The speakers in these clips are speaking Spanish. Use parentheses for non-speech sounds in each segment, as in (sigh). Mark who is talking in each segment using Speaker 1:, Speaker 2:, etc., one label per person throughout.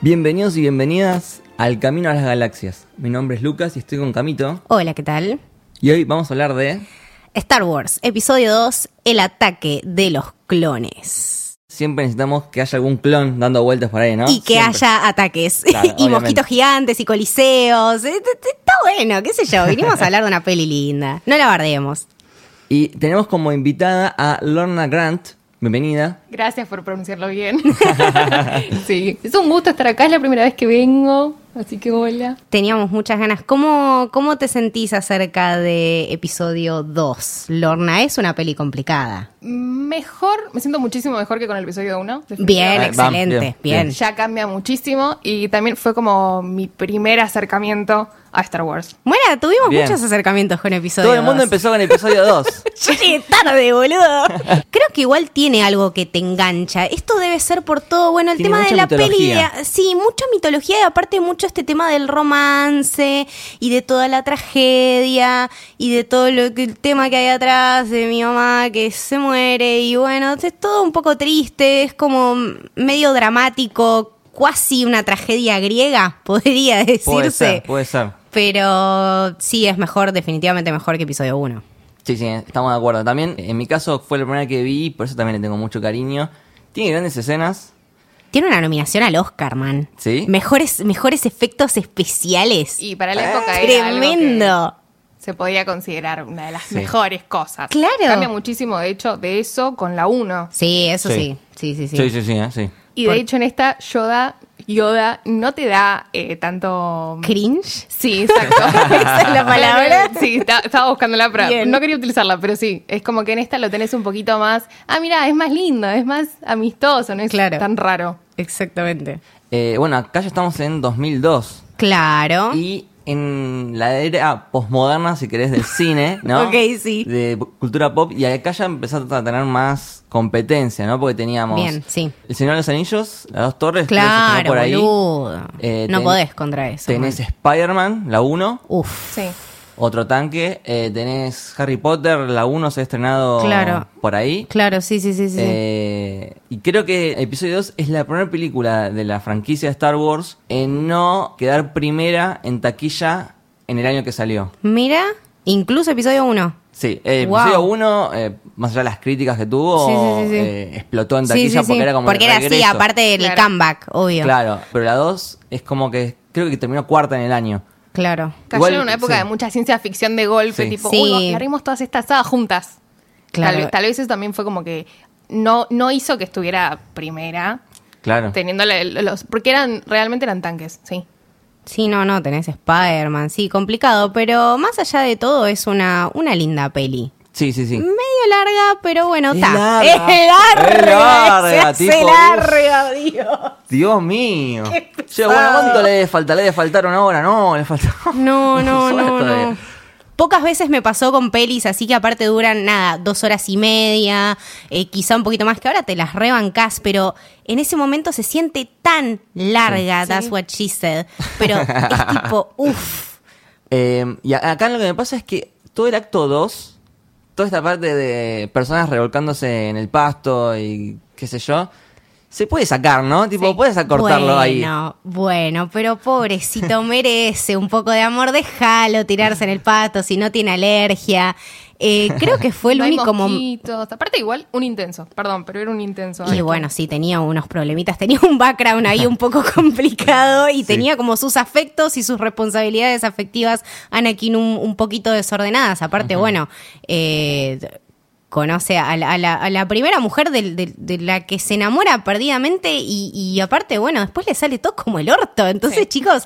Speaker 1: Bienvenidos y bienvenidas al Camino a las Galaxias. Mi nombre es Lucas y estoy con Camito.
Speaker 2: Hola, ¿qué tal?
Speaker 1: Y hoy vamos a hablar de...
Speaker 2: Star Wars, episodio 2, el ataque de los clones.
Speaker 1: Siempre necesitamos que haya algún clon dando vueltas por ahí, ¿no?
Speaker 2: Y que
Speaker 1: Ah, Siempre.
Speaker 2: haya ataques.
Speaker 1: Claro,
Speaker 2: (laughs) y
Speaker 1: obviamente.
Speaker 2: mosquitos gigantes y coliseos. Eh, t- t- Está bueno, qué sé yo. Vinimos a hablar de una peli linda. No la bardemos.
Speaker 1: Y tenemos como invitada a Lorna Grant. Bienvenida.
Speaker 3: Gracias por pronunciarlo bien. (laughs) sí, es un gusto estar acá, es la primera vez que vengo, así que hola.
Speaker 2: Teníamos muchas ganas. ¿Cómo, cómo te sentís acerca de episodio 2? Lorna, es una peli complicada.
Speaker 3: Mejor, me siento muchísimo mejor que con el episodio 1.
Speaker 2: Bien,
Speaker 1: Ah, va, bien,
Speaker 2: excelente. bien.
Speaker 1: bien.
Speaker 3: Ya cambia muchísimo y también fue como mi primer acercamiento a Star Wars.
Speaker 2: Bueno, tuvimos
Speaker 1: Bien.
Speaker 2: muchos acercamientos con episodio
Speaker 1: Todo el mundo
Speaker 2: 2.
Speaker 1: empezó con el episodio
Speaker 2: (laughs)
Speaker 1: 2.
Speaker 2: Llegué tarde, boludo. (laughs) Creo que igual tiene algo que te engancha. Esto debe ser por todo, bueno, el
Speaker 1: Tiene
Speaker 2: tema de
Speaker 1: mucha
Speaker 2: la peli.
Speaker 1: mitología.
Speaker 2: de- sí, mucha mitología y aparte mucho este tema del romance y de toda la tragedia y de todo lo que, el tema que hay atrás de mi mamá que se muere y bueno, es todo un poco triste, es como medio dramático, cuasi una tragedia griega, (laughs) podría decirse.
Speaker 1: Puede ser, puede ser.
Speaker 2: Pero sí, es mejor, definitivamente mejor que episodio 1.
Speaker 1: Sí, sí, estamos de acuerdo. También, en mi caso, fue la primera que vi, por eso también le tengo mucho cariño. Tiene grandes escenas.
Speaker 2: Tiene una nominación al Oscar, man.
Speaker 1: ¿Sí?
Speaker 2: Mejores, mejores efectos especiales.
Speaker 3: Y para la época era algo que
Speaker 2: Tremendo.
Speaker 3: se podía considerar una de las
Speaker 1: Sí.
Speaker 3: mejores cosas.
Speaker 2: Claro.
Speaker 3: Cambia muchísimo, de hecho, de eso con la 1.
Speaker 2: Sí, eso
Speaker 1: Sí.
Speaker 2: sí. Sí, sí, sí.
Speaker 1: Sí, sí, sí, eh, sí.
Speaker 3: Y de hecho en esta Yoda, Yoda no te da eh, tanto...
Speaker 2: Cringe.
Speaker 3: Sí, exacto. (laughs)
Speaker 2: Esa es la palabra.
Speaker 3: Sí, está- estaba buscando la palabra.
Speaker 2: Bien.
Speaker 3: No quería utilizarla, pero sí. Es como que en esta lo tenés un poquito más. Ah, mira, es más lindo, es más amistoso, no es
Speaker 2: Claro.
Speaker 3: tan raro.
Speaker 2: Exactamente.
Speaker 1: Eh, bueno, acá ya estamos en 2002.
Speaker 2: Claro.
Speaker 1: Y en la era posmoderna, si querés, del cine, ¿no?
Speaker 2: (laughs) Ok, sí.
Speaker 1: De cultura pop. Y acá ya empezó a tener más competencia, ¿no? Porque teníamos...
Speaker 2: Bien, sí.
Speaker 1: El Señor de los Anillos, las dos torres. creo que se estrenó
Speaker 2: claro,
Speaker 1: por ahí.
Speaker 2: boludo.
Speaker 1: Eh,
Speaker 2: no
Speaker 1: ten-
Speaker 2: podés contra eso.
Speaker 1: Tenés
Speaker 2: man.
Speaker 1: Spider-Man, la 1.
Speaker 2: Uf.
Speaker 3: Sí.
Speaker 1: Otro tanque. Eh, tenés Harry Potter, la 1 se ha estrenado
Speaker 2: Claro.
Speaker 1: por ahí.
Speaker 2: Claro, sí, sí, sí, sí.
Speaker 1: Eh, y creo que episodio 2 es la primera película de la franquicia de Star Wars en no quedar primera en taquilla en el año que salió.
Speaker 2: Mira, incluso episodio 1.
Speaker 1: Sí, eh,
Speaker 2: Wow.
Speaker 1: episodio 1, eh, más allá de las críticas que tuvo,
Speaker 2: Sí, sí, sí, sí.
Speaker 1: eh, explotó en
Speaker 2: Sí, sí,
Speaker 1: taquilla
Speaker 2: sí.
Speaker 1: porque era como
Speaker 2: Porque
Speaker 1: el
Speaker 2: era así,
Speaker 1: regreso.
Speaker 2: aparte del
Speaker 3: Claro.
Speaker 2: comeback, obvio.
Speaker 1: Claro, pero la 2 es como que creo que terminó cuarta en el año.
Speaker 2: Claro.
Speaker 3: Cayó
Speaker 1: Igual,
Speaker 3: en una época
Speaker 1: sí.
Speaker 3: de mucha ciencia ficción de golpe,
Speaker 1: Sí.
Speaker 3: tipo,
Speaker 2: Sí.
Speaker 3: uy, haremos todas estas hadas juntas.
Speaker 2: Claro.
Speaker 3: Tal, vez- tal vez eso también fue como que no, no hizo que estuviera primera,
Speaker 1: Claro.
Speaker 3: teniendo la- los. Porque eran, realmente eran tanques, sí.
Speaker 2: Sí, no, no, tenés Spider-Man, sí, complicado, pero más allá de todo es una, una linda peli.
Speaker 1: Sí, sí, sí.
Speaker 2: Medio larga, pero bueno,
Speaker 1: Es
Speaker 2: está. (laughs)
Speaker 1: larga. Es larga, tipo, (laughs) Dios mío. Che, bueno, ¿cuánto le falta? ¿Le debe faltar una hora? No, le falta. (laughs)
Speaker 2: No,
Speaker 1: Una
Speaker 2: no,
Speaker 1: hora
Speaker 2: no,
Speaker 1: todavía.
Speaker 2: no. Pocas veces me pasó con pelis, así que aparte duran nada, dos horas y media, eh, quizá un poquito más, que ahora te las rebancás, pero en ese momento se siente tan larga, that's what she said. Pero es
Speaker 1: (laughs)
Speaker 2: tipo, uff,
Speaker 1: Eh, y a- acá lo que me pasa es que todo el acto 2, toda esta parte de personas revolcándose en el pasto y qué sé yo, se puede sacar, ¿no? Tipo, puedes acortarlo
Speaker 2: bueno,
Speaker 1: ahí.
Speaker 2: Bueno, pero
Speaker 1: (laughs)
Speaker 2: pobrecito merece un poco de amor, déjalo tirarse en el pato si no tiene alergia. Eh, creo que fue el
Speaker 3: (laughs) No hay
Speaker 2: único momento.
Speaker 3: mosquitos. Aparte, igual, un intenso. Perdón, pero era un intenso.
Speaker 2: Y bueno, sí, tenía unos problemitas, tenía un background ahí un poco (laughs) complicado y tenía como sus afectos y sus responsabilidades afectivas, Anakin, un, un poquito desordenadas. Aparte, bueno, eh, conoce a la, a la- a la primera mujer del- del- de, la que se enamora perdidamente y, y aparte, bueno, después le sale todo como el orto. Entonces,
Speaker 3: Sí.
Speaker 2: chicos,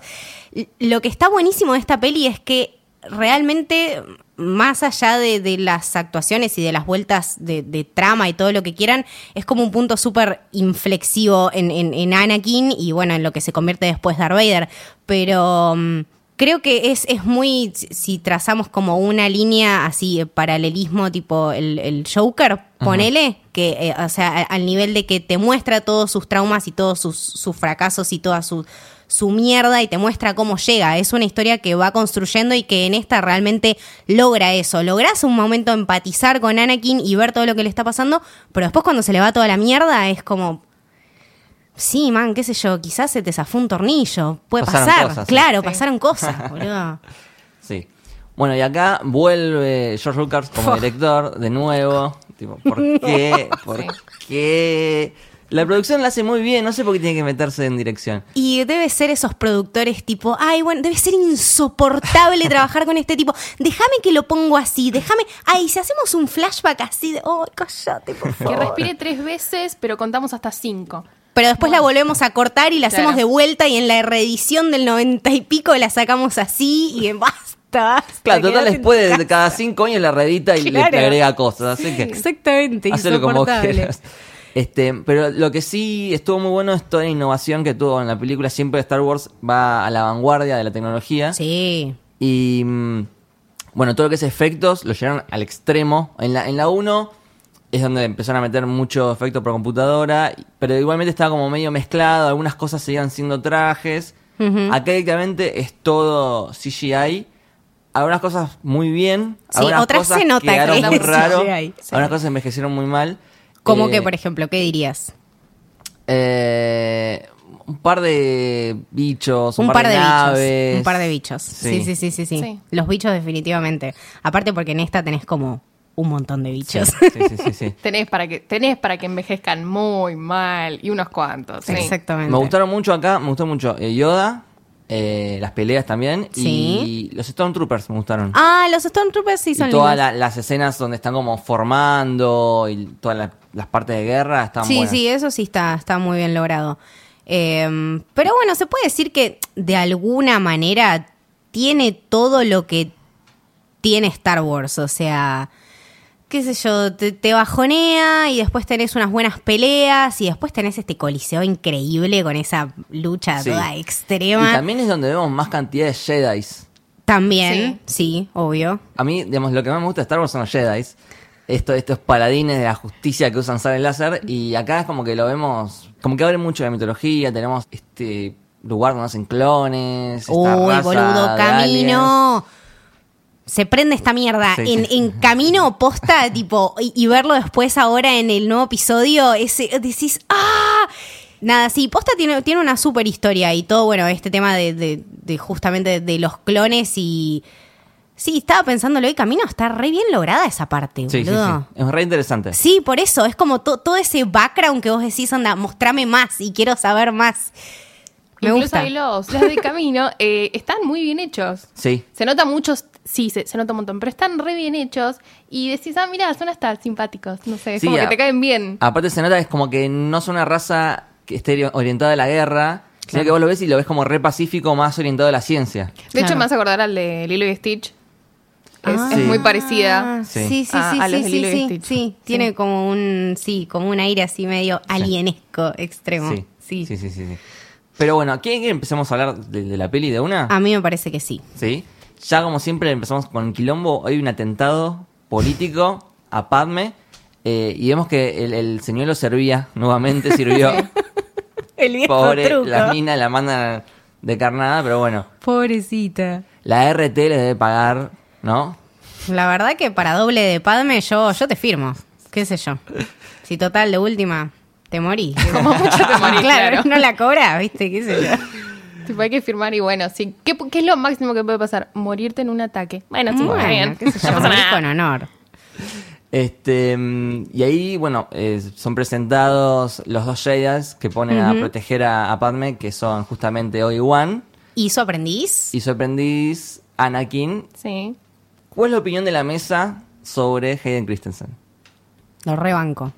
Speaker 2: l- lo que está buenísimo de esta peli es que realmente más allá de, de las actuaciones y de las vueltas de, de trama y todo lo que quieran, es como un punto súper inflexivo en, en- en Anakin y bueno, en lo que se convierte después Darth Vader. Pero mm, creo que es, es muy, si- si trazamos como una línea así, eh, paralelismo tipo el, el Joker, ponele, que, eh, o sea, a- al nivel de que te muestra todos sus traumas y todos sus, sus fracasos y toda su, su mierda y te muestra cómo llega. Es una historia que va construyendo y que en esta realmente logra eso. Logras un momento empatizar con Anakin y ver todo lo que le está pasando, pero después cuando se le va toda la mierda es como... Sí, man, qué sé yo, quizás se te zafó un tornillo. Puede
Speaker 1: Pasaron
Speaker 2: pasar.
Speaker 1: cosas, sí.
Speaker 2: claro,
Speaker 3: Sí.
Speaker 1: (laughs)
Speaker 2: pasaron cosas, boludo.
Speaker 1: Sí. Bueno, y acá vuelve George Lucas como director de nuevo. Tipo,
Speaker 2: (laughs)
Speaker 1: ¿por qué? ¿Por qué? La producción la hace muy bien, no sé por qué tiene que meterse en dirección.
Speaker 2: Y debe ser esos productores tipo, ay, bueno, debe ser insoportable trabajar con este tipo. Déjame que lo pongo así, déjame. Ay, si hacemos un flashback así de, oh, cállate, por
Speaker 3: Que
Speaker 2: favor.
Speaker 3: respire tres veces, pero contamos hasta cinco.
Speaker 2: Pero después la volvemos a cortar y la hacemos
Speaker 3: Claro.
Speaker 2: de vuelta y en la reedición del noventa y pico la sacamos así y en basta. basta,
Speaker 1: Claro, total,
Speaker 2: quédate en tu
Speaker 1: después
Speaker 2: casa.
Speaker 1: de cada cinco años la redita y
Speaker 2: Claro.
Speaker 1: le agrega cosas. Así que
Speaker 2: Exactamente,
Speaker 1: hacelo como vos
Speaker 2: insoportable.
Speaker 1: quieras. Este, pero lo que sí estuvo muy bueno es toda la innovación que tuvo en la película. Siempre Star Wars va a la vanguardia de la tecnología.
Speaker 2: Sí.
Speaker 1: Y mm, bueno, todo lo que es efectos lo llevaron al extremo. En la, en la 1 es donde empezaron a meter mucho efecto por computadora, pero igualmente estaba como medio mezclado, algunas cosas seguían siendo trajes. Acá directamente es todo CGI. Algunas cosas muy bien,
Speaker 2: Sí,
Speaker 1: algunas
Speaker 2: otras
Speaker 1: cosas
Speaker 2: se nota que
Speaker 1: quedaron
Speaker 2: es
Speaker 1: muy raro,
Speaker 2: CGI, sí.
Speaker 1: algunas cosas envejecieron muy mal.
Speaker 2: Como
Speaker 1: Eh,
Speaker 2: que, por ejemplo, ¿qué dirías?
Speaker 1: eh, un par de bichos, un,
Speaker 2: Un par de
Speaker 1: naves.
Speaker 2: bichos. Un par de bichos. Sí. Sí, sí, sí, sí,
Speaker 3: Sí.
Speaker 2: Los bichos definitivamente. Aparte porque en esta tenés como un montón de bichos.
Speaker 1: Sí, sí, sí, sí.
Speaker 3: Tenés para que, tenés para que envejezcan muy mal y unos cuantos. sí.
Speaker 2: Exactamente.
Speaker 1: Me gustaron mucho acá, me gustó mucho eh, Yoda, eh, las peleas también
Speaker 2: Sí.
Speaker 1: y los Stormtroopers me gustaron.
Speaker 2: (laughs) Ah, los Stormtroopers sí son
Speaker 1: y todas
Speaker 2: lindos.
Speaker 1: la- las escenas donde están como formando y todas la- las partes de guerra están
Speaker 2: Sí,
Speaker 1: buenas.
Speaker 2: sí, eso sí está, está muy bien logrado. Eh, pero bueno, se puede decir que de alguna manera tiene todo lo que tiene Star Wars. O sea, qué sé yo, te, te bajonea y después tenés unas buenas peleas y después tenés este coliseo increíble con esa lucha
Speaker 1: Sí.
Speaker 2: toda
Speaker 1: Y
Speaker 2: extrema. También,
Speaker 1: también es donde vemos más cantidad de Jedi.
Speaker 2: sí. obvio.
Speaker 1: A mí, digamos, lo que más me gusta de Star Wars son los Jedi. Esto, estos paladines de la justicia que usan sable láser. Y acá es como que lo vemos, como que abre mucho la mitología. Tenemos este lugar donde hacen clones. esta
Speaker 2: Uy,
Speaker 1: raza
Speaker 2: boludo,
Speaker 1: de aliens.
Speaker 2: camino. Se prende esta mierda
Speaker 1: Sí,
Speaker 2: en,
Speaker 1: sí.
Speaker 2: en camino posta, (laughs) tipo, y, y verlo después ahora en el nuevo episodio, ese, decís, ¡ah! Nada, sí, posta tiene, tiene una super historia y todo, bueno, este tema de, de- de justamente de los clones y... Sí, estaba pensándolo hoy, camino está re bien lograda esa parte,
Speaker 1: Sí, sí,
Speaker 2: boludo.
Speaker 1: sí. Es re interesante.
Speaker 2: Sí, por eso, es como to- todo ese background que vos decís, anda, mostrame más y quiero saber más. Me
Speaker 3: Incluso
Speaker 2: gusta.
Speaker 3: ahí los, los de camino (laughs) eh, están muy bien hechos.
Speaker 1: Sí.
Speaker 3: Se nota muchos, sí, se, se nota un montón, pero están re bien hechos. Y decís, ah, mirá, son hasta simpáticos. No sé, es
Speaker 1: Sí,
Speaker 3: como que
Speaker 1: a-
Speaker 3: te caen bien.
Speaker 1: Aparte se nota que es como que no son una raza que esté orientada a la guerra, sino que vos lo ves y lo ves como re pacífico, más orientado a la ciencia.
Speaker 3: De hecho,
Speaker 2: Claro.
Speaker 3: me vas a acordar al de Lilo y Stitch. Es,
Speaker 2: Ah.
Speaker 3: es muy
Speaker 1: Sí.
Speaker 3: parecida.
Speaker 1: Sí.
Speaker 2: Sí, sí, sí,
Speaker 3: A- a
Speaker 2: sí,
Speaker 3: los de
Speaker 2: sí,
Speaker 3: Lilo y
Speaker 2: sí,
Speaker 3: Stitch.
Speaker 2: sí.
Speaker 3: Sí.
Speaker 2: Tiene como un, sí, como un aire así medio alienesco, extremo.
Speaker 1: Sí.
Speaker 2: Sí.
Speaker 1: sí, sí, sí, sí. Pero bueno, ¿quieren que empecemos a hablar de, de la peli de una?
Speaker 2: A mí me parece que
Speaker 3: (laughs)
Speaker 2: sí.
Speaker 1: Sí. Ya como siempre empezamos con Quilombo. Hay un atentado político a Padme. eh, y vemos que el, el señuelo servía, nuevamente
Speaker 2: (laughs)
Speaker 1: sirvió. (laughs)
Speaker 2: El
Speaker 1: Pobre, la mina la mandan de carnada, pero bueno.
Speaker 2: Pobrecita.
Speaker 1: La RT le debe pagar, ¿no?
Speaker 2: La verdad que para doble de Padme yo, yo te firmo. ¿Qué sé yo? Si total, de última, te morí.
Speaker 3: Como mucho te
Speaker 2: (laughs)
Speaker 3: morís, claro.
Speaker 2: no la cobra, ¿viste? ¿Qué sé yo?
Speaker 3: Tipo, hay que firmar y bueno, sí. ¿Qué, qué es lo máximo que puede pasar? Morirte en un ataque. Bueno, sí, está
Speaker 2: Bueno,
Speaker 3: bien.
Speaker 2: qué sé yo,
Speaker 3: No pasa
Speaker 2: morí
Speaker 3: nada.
Speaker 2: con honor.
Speaker 1: Este, mm, y ahí, bueno, eh, son presentados los dos Jedi's que ponen a proteger a, a Padme, que son justamente Obi-Wan
Speaker 2: ¿Y su aprendiz?
Speaker 1: y su aprendiz Anakin.
Speaker 3: Sí.
Speaker 1: ¿Cuál es la opinión de la mesa sobre Hayden Christensen?
Speaker 2: Lo rebanco.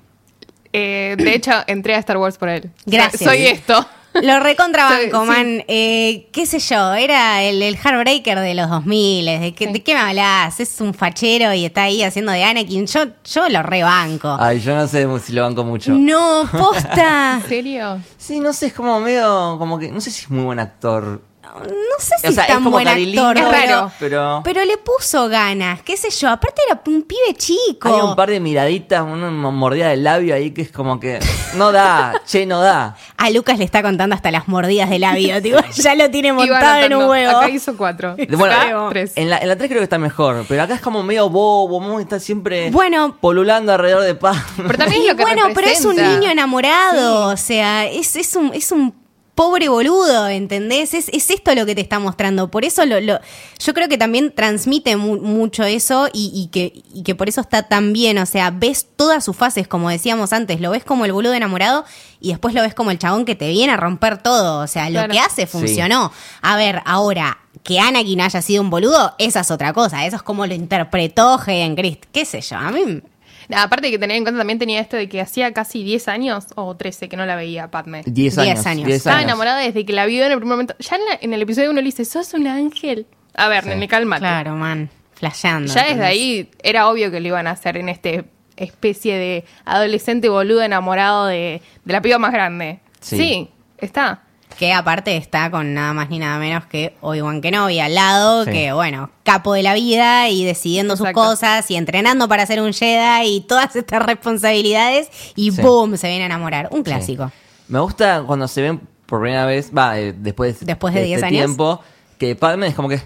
Speaker 3: Eh, de hecho, entré a Star Wars por él.
Speaker 2: Gracias.
Speaker 3: Soy esto.
Speaker 2: (laughs) Lo recontrabanco,
Speaker 3: Sí.
Speaker 2: man. Eh, ¿Qué sé yo? Era el, el Heartbreaker de los 2000. ¿De qué,
Speaker 3: Sí.
Speaker 2: de qué me hablas? Es un fachero y está ahí haciendo de Anakin. Yo, yo lo rebanco.
Speaker 1: Ay, yo no sé si lo banco mucho.
Speaker 2: No, posta.
Speaker 3: ¿En serio?
Speaker 1: Sí, no sé, es como medio, como que, no sé si es muy buen actor.
Speaker 2: no
Speaker 3: (laughs)
Speaker 2: sé si
Speaker 1: O sea,
Speaker 2: es
Speaker 1: es
Speaker 2: tan
Speaker 1: como
Speaker 2: buen
Speaker 1: Darilín,
Speaker 2: actor,
Speaker 3: es
Speaker 2: pero-
Speaker 3: raro.
Speaker 1: Pero-
Speaker 2: pero le puso ganas, qué sé yo. Aparte era un pibe chico.
Speaker 1: Hay un par de miraditas, una mordida del labio ahí que es como que no da, che, no da.
Speaker 2: A Ah, Lucas le está contando hasta las mordidas del
Speaker 3: (laughs)
Speaker 2: labio, tipo, ya lo tiene
Speaker 3: Iba
Speaker 2: montado en un
Speaker 3: anotando.
Speaker 2: huevo.
Speaker 3: Acá
Speaker 2: (laughs)
Speaker 3: hizo cuatro.
Speaker 1: Bueno, eh,
Speaker 3: Acá, tres.
Speaker 1: En la, en la 3 creo que está mejor, pero acá es como medio bobo, muy- está siempre
Speaker 2: Bueno.
Speaker 1: polulando alrededor de paz.
Speaker 3: Pero también
Speaker 2: Y
Speaker 3: es lo que
Speaker 2: bueno, pero es un
Speaker 3: representa.
Speaker 2: niño enamorado, o sea, es, es un, es un pobre boludo, ¿entendés? Es, es esto lo que te está mostrando. Por eso lo, lo- yo creo que también transmite mu- mucho eso y, y que, y que por eso está tan bien. O sea, ves todas sus fases, como decíamos antes, lo ves como el boludo enamorado y después lo ves como el chabón que te viene a romper todo. O sea, lo
Speaker 3: Claro.
Speaker 2: que hace funcionó. A ver, ahora, que Anakin haya sido un boludo, esa es otra cosa. Eso es como lo interpretó Hayden Christ. ¿Qué sé yo? A mí
Speaker 3: Nada, aparte de que tener en cuenta también tenía esto de que hacía casi 10 años o 13 que no la veía a Padme.
Speaker 1: 10
Speaker 2: (laughs) Diez
Speaker 1: años.
Speaker 2: años.
Speaker 1: 10
Speaker 3: Estaba
Speaker 1: años.
Speaker 3: enamorada desde que la vio en el primer momento. Ya en, la- en el episodio uno le dice, sos un ángel. A ver, nene, cálmate.
Speaker 2: Claro, man. Flasheando.
Speaker 3: Ya desde
Speaker 2: ¿entendés?
Speaker 3: ahí era obvio que lo iban a hacer en este especie de adolescente boludo enamorado de, de la piba más grande.
Speaker 1: Sí.
Speaker 3: Sí, está.
Speaker 2: Que aparte está con nada más ni nada menos que Obi-Wan Kenobi al lado,
Speaker 1: Sí.
Speaker 2: que bueno, capo de la vida y decidiendo
Speaker 3: Exacto.
Speaker 2: sus cosas y entrenando para ser un Jedi y todas estas responsabilidades y
Speaker 1: Sí.
Speaker 2: boom, se viene a enamorar. Un clásico.
Speaker 1: Me gusta cuando se ven por primera vez, va, eh, después,
Speaker 2: Después de 10
Speaker 1: este
Speaker 2: años.
Speaker 1: tiempo, que Padme es como que,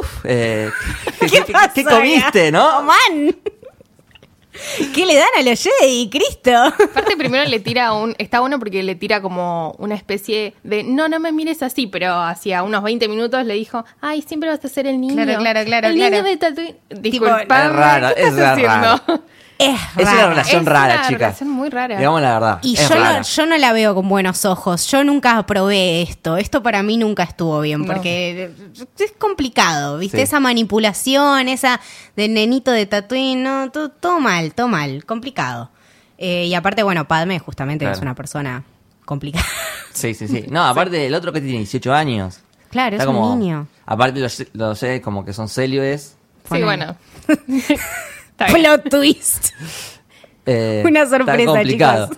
Speaker 1: uff,
Speaker 2: (laughs)
Speaker 1: eh, ¿qué, qué-
Speaker 2: pasó
Speaker 1: qué
Speaker 2: acá?
Speaker 1: comiste,
Speaker 2: Oh,
Speaker 1: no?
Speaker 2: man. ¿Qué le dan a los Jedi, Cristo?
Speaker 3: Aparte primero le tira un... Está bueno porque le tira como una especie de... No, no me mires así, pero hacia unos 20 minutos le dijo, ay, siempre vas a ser el niño.
Speaker 2: Claro, claro, claro,
Speaker 3: El
Speaker 2: claro.
Speaker 3: niño de Tatooine.
Speaker 2: Tipo,
Speaker 3: Disculpame,
Speaker 1: Es raro,
Speaker 3: ¿qué
Speaker 1: es
Speaker 3: estás
Speaker 1: raro.
Speaker 3: haciendo? (laughs)
Speaker 2: Es
Speaker 1: Es una
Speaker 2: raro.
Speaker 1: relación
Speaker 3: Es
Speaker 1: rara,
Speaker 3: una
Speaker 1: chicas.
Speaker 3: relación muy rara.
Speaker 1: Digamos la verdad.
Speaker 2: Y
Speaker 1: es
Speaker 2: yo
Speaker 1: rara.
Speaker 2: no, yo no la veo con buenos ojos. Yo nunca aprobé esto. Esto para mí nunca estuvo bien,
Speaker 3: No.
Speaker 2: porque es complicado, ¿viste?
Speaker 1: Sí.
Speaker 2: Esa manipulación, esa del nenito de Tatooine, no, todo, todo mal, todo mal, complicado. Eh, y aparte, bueno, Padme justamente
Speaker 1: Claro.
Speaker 2: es una persona complicada.
Speaker 1: Sí, sí, sí. No, aparte el otro que tiene 18 años.
Speaker 2: (laughs) Claro,
Speaker 1: Está
Speaker 2: es un
Speaker 1: como-
Speaker 2: niño.
Speaker 1: Aparte los, los Jedi como que son célibes.
Speaker 3: Sí,
Speaker 2: Ponele. (laughs)
Speaker 3: bueno. Está bien.
Speaker 2: Plot twist.
Speaker 1: eh,
Speaker 2: Una
Speaker 1: está
Speaker 2: sorpresa,
Speaker 1: complicado.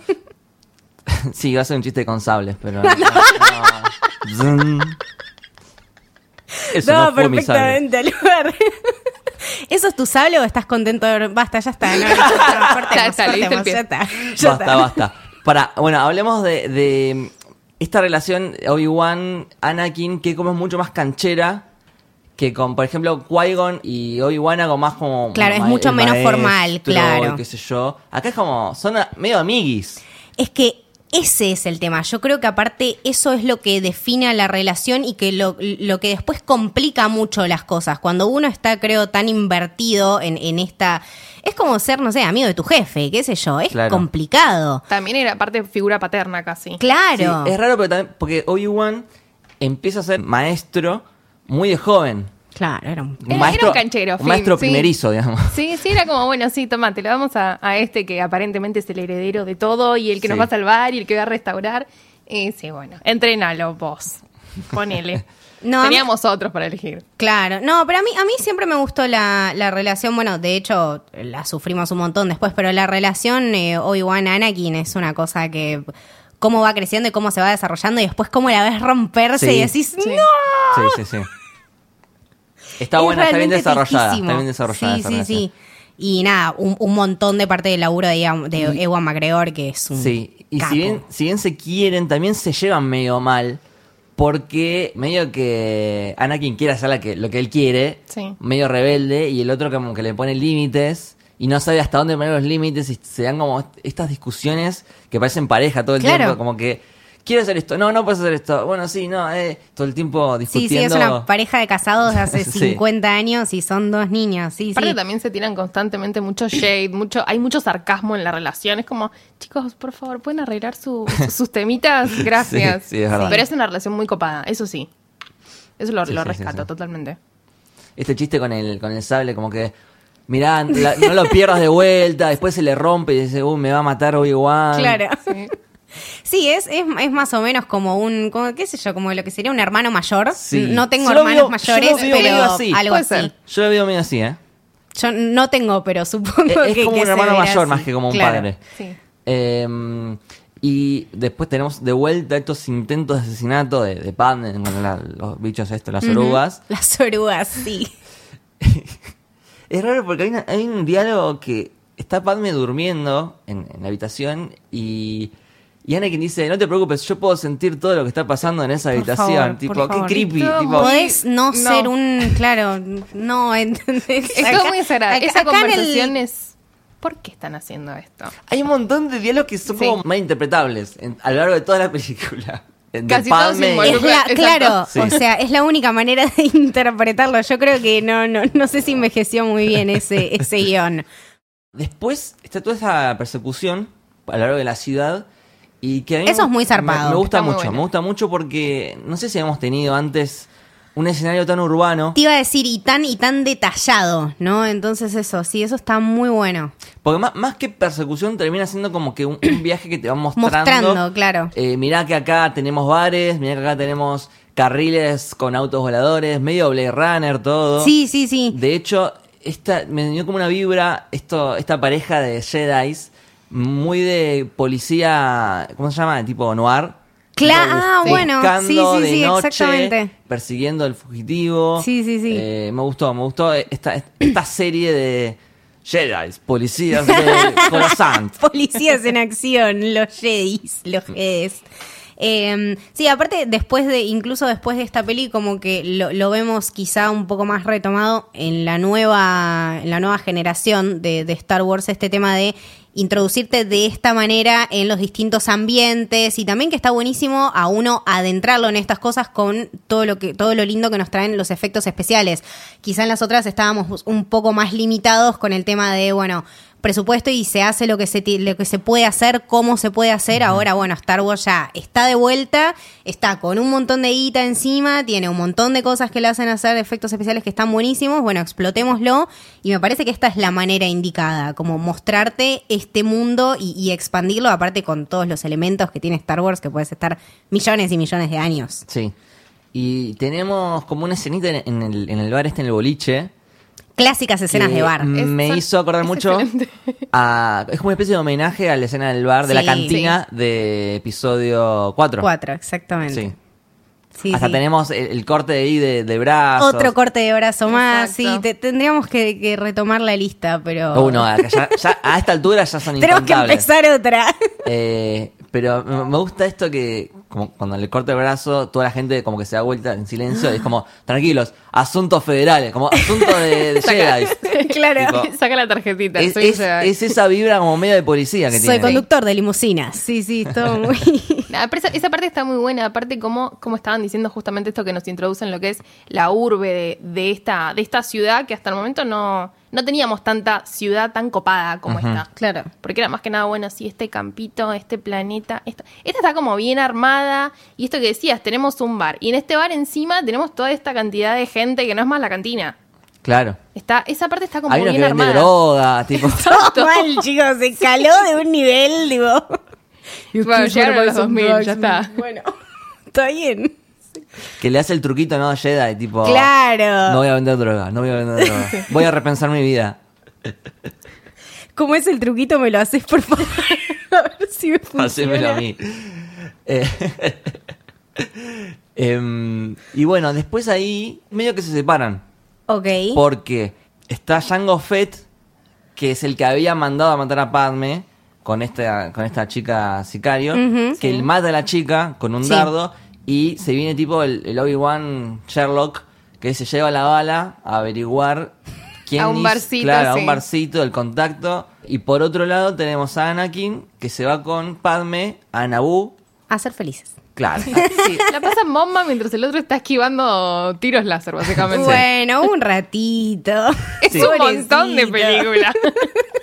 Speaker 1: (laughs) sí, iba a ser un chiste con sables,
Speaker 2: (laughs)
Speaker 1: pero... no, no. Zum. Eso no,
Speaker 2: Daba
Speaker 1: fue mi sable.
Speaker 2: perfectamente al lugar. (laughs) ¿Eso es tu sable o estás contento de ver- Basta, ya (laughs) está. No, no, no, cortemos,
Speaker 3: Ya está, le diste el
Speaker 2: cortemos,
Speaker 3: pie.
Speaker 2: ya está. ya
Speaker 1: Basta,
Speaker 2: está.
Speaker 1: basta. Para, bueno, hablemos de, de esta relación Obi-Wan, Anakin, que como es mucho más canchera que con, por ejemplo, Qui-Gon y Obi-Wan algo más como...
Speaker 2: Claro, es
Speaker 1: ma- el
Speaker 2: mucho menos
Speaker 1: maestro,
Speaker 2: formal, claro.
Speaker 1: qué sé yo. Acá es como, son a- medio amiguis.
Speaker 2: Es que ese es el tema. Yo creo que aparte eso es lo que define a la relación y que lo, lo que después complica mucho las cosas. Cuando uno está, creo, tan invertido en, en esta... Es como ser, no sé, amigo de tu jefe, qué sé yo. Es
Speaker 1: Claro.
Speaker 2: complicado.
Speaker 3: También era parte figura paterna casi.
Speaker 2: Claro.
Speaker 1: Sí, es raro, pero también, porque Obi-Wan empieza a ser maestro muy de joven.
Speaker 2: Claro, era un-
Speaker 1: Un
Speaker 3: Era- era
Speaker 1: maestro,
Speaker 3: un canchero,
Speaker 1: un
Speaker 3: fin,
Speaker 1: maestro
Speaker 3: sí.
Speaker 1: primerizo,
Speaker 2: (laughs)
Speaker 1: digamos.
Speaker 3: Sí, sí, era como, bueno, sí, toma, te lo vamos a, a este que aparentemente es el heredero de todo y el
Speaker 1: Sí.
Speaker 3: que nos va a salvar y el que va a restaurar. Y sí, bueno, entrénalo vos. Ponele.
Speaker 2: (laughs) No, a mí-
Speaker 3: Teníamos otros para elegir.
Speaker 2: Claro, no, pero a mí, a mí siempre me gustó la, la relación, bueno, de hecho la sufrimos un montón después, pero la relación eh, Obi-Wan-Anakin es una cosa que cómo va creciendo y cómo se va desarrollando y después cómo la ves romperse
Speaker 1: Sí.
Speaker 2: y decís,
Speaker 3: Sí.
Speaker 2: no,
Speaker 1: Sí, sí, sí. Está
Speaker 2: Es
Speaker 1: buena, está bien
Speaker 2: realmente
Speaker 1: desarrollada.
Speaker 2: tristísimo.
Speaker 1: Está bien desarrollada.
Speaker 2: Sí,
Speaker 1: esa
Speaker 2: sí,
Speaker 1: relación.
Speaker 2: sí. Y nada, un, un montón de parte del laburo de, Ian- de
Speaker 1: Y-
Speaker 2: Ewan McGregor, que es un.
Speaker 1: Sí, y
Speaker 2: capo.
Speaker 1: si bien, si bien se quieren, también se llevan medio mal. Porque medio que Anakin quiere hacer la que- lo que él quiere,
Speaker 3: Sí.
Speaker 1: medio rebelde, y el otro como que le pone límites y no sabe hasta dónde poner los límites y se dan como est- estas discusiones que parecen pareja todo el
Speaker 2: Claro.
Speaker 1: tiempo, como que quiero hacer esto, no, no puedes hacer esto, bueno, sí, no, eh, todo el tiempo
Speaker 2: Sí,
Speaker 1: discutiendo.
Speaker 2: sí, es una pareja de casados de hace
Speaker 1: (laughs) Sí.
Speaker 2: 50 años y son dos niños. Sí,
Speaker 3: Aparte
Speaker 2: sí.
Speaker 3: también se tiran constantemente mucho shade, mucho, hay mucho sarcasmo en la relación. Es como, chicos, por favor, ¿pueden arreglar su-
Speaker 1: (laughs)
Speaker 3: su- sus temitas? Gracias.
Speaker 1: Sí, sí, es verdad.
Speaker 3: Pero es una relación muy copada, eso sí. Eso lo,
Speaker 1: Sí,
Speaker 3: lo
Speaker 1: sí, sí,
Speaker 3: rescato
Speaker 1: sí.
Speaker 3: totalmente.
Speaker 1: Este chiste con el, con el sable, como que, mirá, la- no lo pierdas de vuelta, después se le rompe y dice, uy, me va a matar Obi-Wan.
Speaker 2: Claro.
Speaker 3: Sí.
Speaker 2: (laughs) Sí, es, es, es más o menos como un, como, qué sé yo, como lo que sería un hermano mayor.
Speaker 1: Sí.
Speaker 2: No tengo
Speaker 1: Yo lo
Speaker 2: hermanos
Speaker 1: veo-
Speaker 2: mayores,
Speaker 1: yo lo veo
Speaker 2: pero
Speaker 1: medio así.
Speaker 2: algo
Speaker 3: Puede
Speaker 2: así.
Speaker 3: ser.
Speaker 1: Yo lo veo medio así,
Speaker 2: (laughs)
Speaker 1: ¿eh?
Speaker 2: Yo no tengo, pero supongo
Speaker 1: Es, es
Speaker 2: que.
Speaker 1: como
Speaker 2: que
Speaker 1: un
Speaker 2: se
Speaker 1: hermano
Speaker 2: verá
Speaker 1: mayor
Speaker 2: así.
Speaker 1: más que como un
Speaker 2: Claro.
Speaker 1: padre.
Speaker 3: Sí.
Speaker 1: Eh, y Y después tenemos de vuelta estos intentos de asesinato de, de Pan, de- bueno, la- los bichos estos, las orugas.
Speaker 2: Las
Speaker 1: (laughs)
Speaker 2: orugas, sí.
Speaker 1: Es raro porque hay, una- hay un diálogo que está Padme durmiendo en, en la habitación y, y Anakin dice, no te preocupes, yo puedo sentir todo lo que está pasando en esa
Speaker 2: Por
Speaker 1: habitación.
Speaker 2: favor, por
Speaker 1: tipo, qué
Speaker 2: favor.
Speaker 1: creepy.
Speaker 3: Todo
Speaker 1: tipo,
Speaker 3: muy-
Speaker 2: Podés no,
Speaker 3: No.
Speaker 2: ser un, claro, no, (laughs) ¿entendés?
Speaker 3: Es
Speaker 2: Acá-
Speaker 3: todo muy desagradable.
Speaker 2: acá-
Speaker 3: Esa
Speaker 2: acá en el-
Speaker 3: conversación es. ¿Por qué están haciendo esto?
Speaker 1: Hay un montón de diálogos que son
Speaker 3: Sí.
Speaker 1: como mal interpretables en- a lo largo de toda la película. De
Speaker 3: Casi
Speaker 2: Es
Speaker 3: todos involucran-
Speaker 2: la,
Speaker 3: Exacto.
Speaker 2: claro,
Speaker 1: Sí.
Speaker 2: o sea, es la única manera de (laughs) interpretarlo. Yo creo que no, no, no sé si envejeció muy bien ese, ese guión.
Speaker 1: Después está toda esa persecución a lo largo de la ciudad. Y que a mí
Speaker 2: Eso
Speaker 1: me-
Speaker 2: es muy
Speaker 1: Me,
Speaker 2: zarpado.
Speaker 1: me gusta
Speaker 3: Está muy
Speaker 1: mucho,
Speaker 3: bueno.
Speaker 1: me gusta mucho porque no sé si hemos tenido antes un escenario tan urbano.
Speaker 2: Te iba a decir, y tan, y tan detallado, ¿no? Entonces eso, sí, eso está muy bueno.
Speaker 1: Porque más, más que persecución termina siendo como que un, un viaje que te va mostrando.
Speaker 2: Mostrando, claro.
Speaker 1: eh, mirá que acá tenemos bares, mirá que acá tenemos carriles con autos voladores, medio Blade Runner, todo.
Speaker 2: Sí, sí, sí.
Speaker 1: De hecho, esta, me dio como una vibra esto, esta pareja de Jedi muy de policía, ¿cómo se llama? Tipo noir.
Speaker 2: Cla-
Speaker 1: Tipo, bus-
Speaker 2: ah, bueno,
Speaker 1: buscando
Speaker 2: sí, sí,
Speaker 1: de
Speaker 2: sí,
Speaker 1: noche,
Speaker 2: exactamente.
Speaker 1: Persiguiendo al fugitivo.
Speaker 2: Sí, sí, sí.
Speaker 1: Eh, me gustó, me gustó esta,
Speaker 2: (clears throat)
Speaker 1: esta serie de Jedi, policías
Speaker 2: (laughs)
Speaker 1: de Coruscant.
Speaker 2: Policías en acción, los Jedis, los Jedis. Eh, sí, aparte, después de, incluso después de esta peli, como que lo, lo vemos quizá un poco más retomado en la nueva, en la nueva generación de, de Star Wars, este tema de introducirte de esta manera en los distintos ambientes y también que está buenísimo a uno adentrarlo en estas cosas con todo lo que todo lo lindo que nos traen los efectos especiales. Quizá en las otras estábamos un poco más limitados con el tema de, bueno, presupuesto y se hace lo que se, ti- lo que se puede hacer, cómo se puede hacer. Ahora, bueno, Star Wars ya está de vuelta, está con un montón de guita encima, tiene un montón de cosas que le hacen hacer, efectos especiales que están buenísimos. Bueno, explotémoslo y me parece que esta es la manera indicada, como mostrarte este mundo y, y expandirlo, aparte con todos los elementos que tiene Star Wars, que puedes estar millones y millones de años.
Speaker 1: Sí. Y tenemos como una escenita en- en el, en el bar este, en el boliche.
Speaker 2: Clásicas escenas
Speaker 1: que mm,
Speaker 2: de bar.
Speaker 3: Es-
Speaker 1: Me
Speaker 3: son-
Speaker 1: hizo acordar
Speaker 3: es
Speaker 1: mucho.
Speaker 3: excelente.
Speaker 1: A, es como una especie de homenaje a la escena del bar, de la
Speaker 2: Sí.
Speaker 1: cantina de episodio 4.
Speaker 2: Cuatro, exactamente.
Speaker 1: Sí.
Speaker 2: Sí,
Speaker 1: Hasta
Speaker 2: sí.
Speaker 1: tenemos el, el corte de ahí de, de brazos.
Speaker 2: Otro corte de brazo más,
Speaker 3: Exacto.
Speaker 2: sí, te- tendríamos que, que retomar la lista, pero...
Speaker 1: Oh, no, acá ya- ya a esta altura ya son
Speaker 2: Tenemos que
Speaker 1: incontables.
Speaker 2: empezar otra. (laughs)
Speaker 1: Eh, pero me me gusta esto que como cuando le corta el brazo, toda la gente como que se da vuelta en silencio y es como, tranquilos, asuntos federales, como asunto de,
Speaker 3: (laughs)
Speaker 1: de Jedi.
Speaker 2: claro.
Speaker 1: Tipo,
Speaker 3: (laughs) Saca la tarjetita.
Speaker 1: es,
Speaker 3: soy
Speaker 1: es-
Speaker 3: Jedi.
Speaker 1: es esa vibra como medio de policía que
Speaker 2: Soy
Speaker 1: tiene.
Speaker 2: conductor de limusinas. Sí, sí,
Speaker 1: (laughs)
Speaker 2: todo muy... (laughs)
Speaker 3: Nada, Ah, pero esa, esa parte está muy buena, aparte como, como estaban diciendo justamente esto que nos introducen lo que es la urbe de, de esta, de esta ciudad, que hasta el momento no, no teníamos tanta ciudad tan copada como
Speaker 1: Ajá.
Speaker 3: esta.
Speaker 2: claro.
Speaker 3: Porque era más que nada, bueno, sí, este campito, este planeta, esto. Esta está como bien armada. Y esto que decías, tenemos un bar. Y en este bar encima tenemos toda esta cantidad de gente que no es más la cantina.
Speaker 1: Claro.
Speaker 3: Está, esa parte está como
Speaker 1: Hay uno que
Speaker 3: bien
Speaker 1: vende
Speaker 3: armada.
Speaker 1: droga, (laughs) tipo.
Speaker 2: Todo mal,
Speaker 3: (laughs)
Speaker 2: chicos, se caló de un nivel, digo.
Speaker 3: Bueno, llegaron a los 2000, ya está.
Speaker 2: (laughs) Bueno, está bien.
Speaker 1: Que le hace el truquito, ¿no? Jedi, tipo.
Speaker 2: Claro.
Speaker 1: Oh. No voy a vender droga, no voy a vender droga. Voy a repensar mi vida.
Speaker 2: ¿Cómo es el truquito? Me lo haces, por favor.
Speaker 1: (laughs)
Speaker 2: a ver si me funciona.
Speaker 1: Hacémelo a mí. Eh, (laughs) em, y bueno, después ahí medio que se separan.
Speaker 2: Ok.
Speaker 1: Porque está Jango Fett, que es el que había mandado a matar a Padme con esta, con esta chica sicario,
Speaker 2: Ujú.
Speaker 1: que él mata a la chica con un
Speaker 2: Sí.
Speaker 1: dardo y se viene tipo el, el Obi-Wan Sherlock, que se lleva la bala a averiguar quién
Speaker 3: A un
Speaker 1: hizo-
Speaker 3: barcito,
Speaker 1: claro, a un
Speaker 3: sí.
Speaker 1: barcito, el contacto. Y por otro lado tenemos a Anakin, que se va con Padme a Naboo,
Speaker 2: A ser felices. (laughs)
Speaker 1: claro.
Speaker 3: Sí, la pasan bomba mientras el otro está esquivando tiros láser, básicamente.
Speaker 2: Bueno, un ratito. (laughs)
Speaker 3: Es un montón de
Speaker 2: Pobrecito. (laughs)
Speaker 3: película.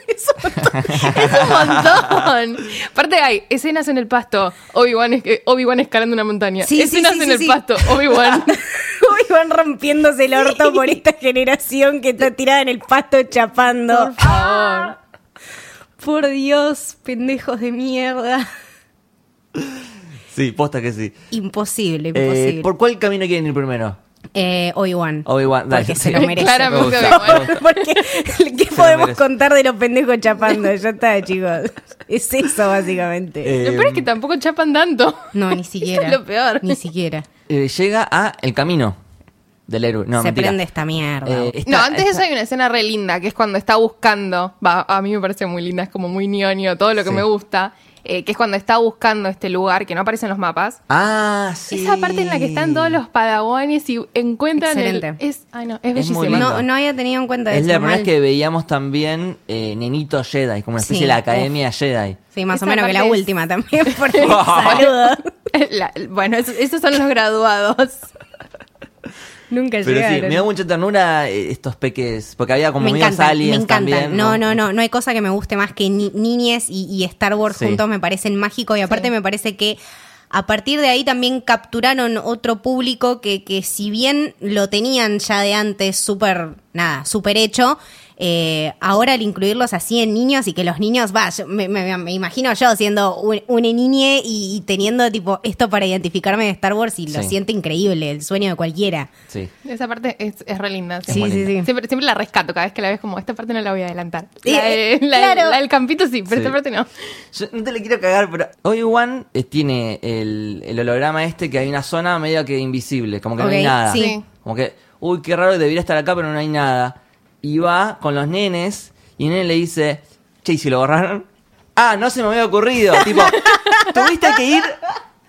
Speaker 3: es un montón. Aparte hay escenas en el pasto, Obi-Wan es- eh, Obi-Wan escalando una montaña.
Speaker 2: Sí, sí,
Speaker 3: escenas
Speaker 2: sí,
Speaker 3: en
Speaker 2: sí,
Speaker 3: el
Speaker 2: sí.
Speaker 3: pasto,
Speaker 2: (laughs)
Speaker 3: Obi-Wan.
Speaker 2: Hoy van rompiéndose el orto por esta generación que está tirada en el pasto chapando.
Speaker 3: Por favor.
Speaker 2: Por Dios, pendejos de mierda.
Speaker 1: Sí, posta que sí.
Speaker 2: Imposible,
Speaker 1: Eh,
Speaker 2: imposible.
Speaker 1: ¿Por cuál Eh, camino quieren ir primero?
Speaker 2: Eh, Obi-Wan.
Speaker 1: Obi-Wan, Oh, dale,
Speaker 2: Porque
Speaker 1: sí.
Speaker 2: se
Speaker 1: (laughs)
Speaker 2: lo merece.
Speaker 3: Claramente
Speaker 1: Me gusta.
Speaker 3: Obi-Wan.
Speaker 2: (laughs) Porque, ¿qué
Speaker 1: lo
Speaker 2: podemos
Speaker 1: merece.
Speaker 2: contar de los pendejos chapando? Ya está, chicos. Es eso,
Speaker 1: Eh,
Speaker 2: básicamente.
Speaker 3: Lo peor es que tampoco chapan tanto.
Speaker 2: no, ni siquiera.
Speaker 3: es lo peor.
Speaker 2: Ni siquiera.
Speaker 1: Eh, llega a El Camino del Héroe. No,
Speaker 2: Se
Speaker 1: mentira.
Speaker 2: prende esta mierda.
Speaker 1: Eh,
Speaker 3: no,
Speaker 1: está-
Speaker 3: antes de eso hay una escena re linda, que es cuando está buscando, va, a mí me parece muy linda, es como muy ñoño, todo lo que
Speaker 1: Sí.
Speaker 3: me gusta, eh, que es cuando está buscando este lugar que no aparece en los mapas.
Speaker 1: Ah, sí.
Speaker 3: Esa parte en la que están todos los padawanes y encuentran el-
Speaker 2: Excelente.
Speaker 3: es, ay no, es
Speaker 1: Es muy
Speaker 3: bellísimo.
Speaker 1: lindo.
Speaker 2: no, no había tenido en cuenta
Speaker 1: Es
Speaker 2: eso.
Speaker 1: la primera
Speaker 2: mal.
Speaker 1: vez que veíamos también eh, Nenito Jedi, como una especie
Speaker 2: Sí,
Speaker 1: de la Academia Jedi.
Speaker 2: Sí, más
Speaker 3: Esa
Speaker 2: o menos que la
Speaker 3: parte es-
Speaker 2: última también, (laughs)
Speaker 1: (laughs)
Speaker 2: porque saludos.
Speaker 3: (laughs) La- bueno, es- esos son los graduados.
Speaker 2: Nunca
Speaker 1: Pero sí,
Speaker 2: llegaron.
Speaker 1: me da mucha ternura eh, estos peques, porque había como
Speaker 2: me
Speaker 1: unos
Speaker 2: encantan, me
Speaker 1: aliens
Speaker 2: encantan.
Speaker 1: también.
Speaker 2: no, no, no, no hay cosa que me guste más que ni- niñez y, y Star Wars
Speaker 1: Sí.
Speaker 2: juntos me parecen mágicos y aparte
Speaker 3: Sí.
Speaker 2: me parece que a partir de ahí también capturaron otro público que, que si bien lo tenían ya de antes súper, nada, súper hecho, eh, ahora al incluirlos así en niños y que los niños, va, yo me, me- me imagino yo siendo un- una niñe y, y teniendo tipo esto para identificarme de Star Wars y lo
Speaker 1: Sí.
Speaker 2: siento increíble, el sueño de cualquiera.
Speaker 1: Sí.
Speaker 3: Esa parte es, es re linda.
Speaker 1: Sí,
Speaker 2: Sí,
Speaker 1: muy
Speaker 2: sí,
Speaker 1: linda.
Speaker 2: sí.
Speaker 3: Siempre, siempre la rescato, cada vez que la ves como, esta parte no la voy a adelantar.
Speaker 2: Sí,
Speaker 3: La, de-
Speaker 2: eh,
Speaker 3: la de-
Speaker 2: claro.
Speaker 3: la del campito sí, pero
Speaker 1: Sí.
Speaker 3: esta parte no.
Speaker 1: Yo no te le quiero cagar, pero Obi-Wan eh, tiene el, el holograma este que hay una zona medio que invisible, como que no hay
Speaker 2: Ok,
Speaker 1: nada.
Speaker 2: sí.
Speaker 1: Como que, uy, qué raro, debería estar acá, pero no hay nada. Y va con los nenes y el nene le dice, che, ¿y si lo borraron? Ah, no se me había ocurrido.
Speaker 2: (laughs)
Speaker 1: tipo, tuviste que ir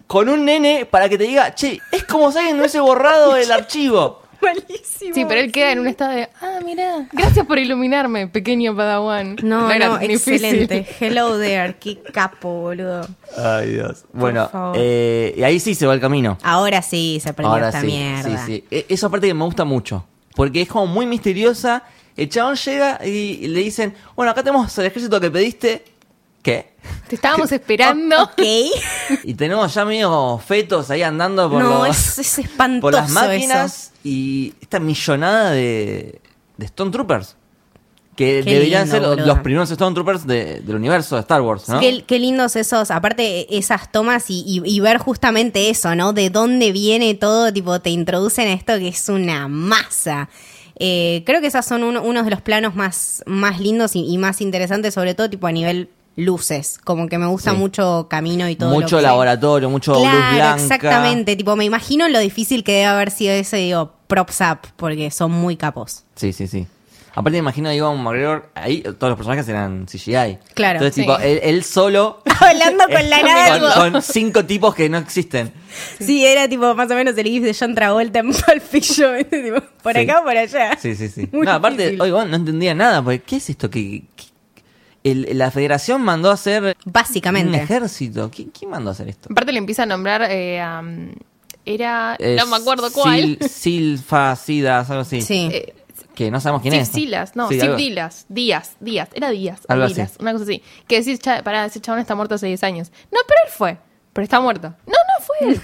Speaker 1: con un nene para que te diga, che, es como si alguien no hubiese
Speaker 2: (laughs)
Speaker 1: borrado el archivo.
Speaker 2: Malísimo.
Speaker 3: Sí, pero él queda en un estado de, ah, (laughs) mira, gracias por iluminarme, pequeño padawan.
Speaker 2: No,
Speaker 3: era
Speaker 2: no,
Speaker 3: tan difícil.
Speaker 2: excelente. Hello there, qué capo, boludo.
Speaker 1: Ay, Dios. Bueno,
Speaker 2: favor.
Speaker 1: eh, y ahí sí se va el camino.
Speaker 2: Ahora sí se aprendió
Speaker 1: Ahora
Speaker 2: esta
Speaker 1: sí,
Speaker 2: mierda.
Speaker 1: sí, sí. E- Esa parte que me gusta mucho. Porque es como muy misteriosa. El chabón llega y le dicen, bueno, acá tenemos el ejército que pediste. ¿Qué?
Speaker 3: (laughs)
Speaker 2: (laughs)
Speaker 3: Te estábamos esperando.
Speaker 2: Ok.
Speaker 1: Y tenemos ya medio fetos ahí andando (laughs) por,
Speaker 2: No,
Speaker 1: los-
Speaker 2: es, es espantoso.
Speaker 1: por las
Speaker 2: eso.
Speaker 1: máquinas. Y esta millonada de, de Stone Troopers. Que
Speaker 2: Qué
Speaker 1: deberían
Speaker 2: lindo,
Speaker 1: ser
Speaker 2: boluda.
Speaker 1: los primeros Stone Troopers de- del universo de Star Wars, ¿no?
Speaker 2: Qué, qué lindos esos, aparte esas tomas y, y- y ver justamente eso, ¿no? De dónde viene todo, tipo, te introducen a esto que es una masa. Eh, creo que esos son uno- unos de los planos más, más lindos y, y más interesantes, sobre todo tipo a nivel luces, como que me gusta
Speaker 1: Sí.
Speaker 2: mucho camino y todo. lo
Speaker 1: mucho
Speaker 2: que-
Speaker 1: laboratorio, mucho luz blanca.
Speaker 2: exactamente. Tipo, me imagino lo difícil que debe haber sido ese, digo, props up, porque son muy capos. (laughs)
Speaker 1: Sí, sí, sí. Aparte me imagino a Iwan McGregor, ahí todos los personajes eran CGI.
Speaker 2: Claro,
Speaker 1: Entonces,
Speaker 3: sí.
Speaker 1: tipo, él, él
Speaker 3: (laughs)
Speaker 1: solo...
Speaker 2: Hablando con la nada,
Speaker 1: (laughs) con-
Speaker 2: tipo-
Speaker 1: con cinco tipos que no existen.
Speaker 2: Sí, era tipo más o menos el gif de John Travolta en (laughs) Pulp Fiction, ¿viste? tipo, por
Speaker 1: Sí.
Speaker 2: acá o por allá.
Speaker 1: Sí, sí, sí.
Speaker 2: (laughs) Muy
Speaker 1: no, aparte,
Speaker 2: difícil.
Speaker 1: Obi-Wan no entendía nada, porque ¿qué es esto? que la federación mandó a hacer un
Speaker 2: Básicamente.
Speaker 1: ejército. ¿Qui- ¿Quién mandó a hacer esto?
Speaker 3: Aparte le empieza a nombrar eh, a, um, era,
Speaker 1: Eh,
Speaker 3: no me acuerdo cuál.
Speaker 1: Sil- Silfa, Sidas, algo así.
Speaker 2: Sí.
Speaker 3: Eh,
Speaker 1: Que no sabemos quién es.
Speaker 3: Sipsilas, no,
Speaker 1: Sí, algo-
Speaker 3: Sipdilas, Díaz, Díaz, era Díaz, o
Speaker 1: Algo así.
Speaker 3: Dilas, una cosa así. Que decís, "Cha- pará, ese chabón está muerto hace 10 años. No, pero él fue, pero está muerto. No, no fue él.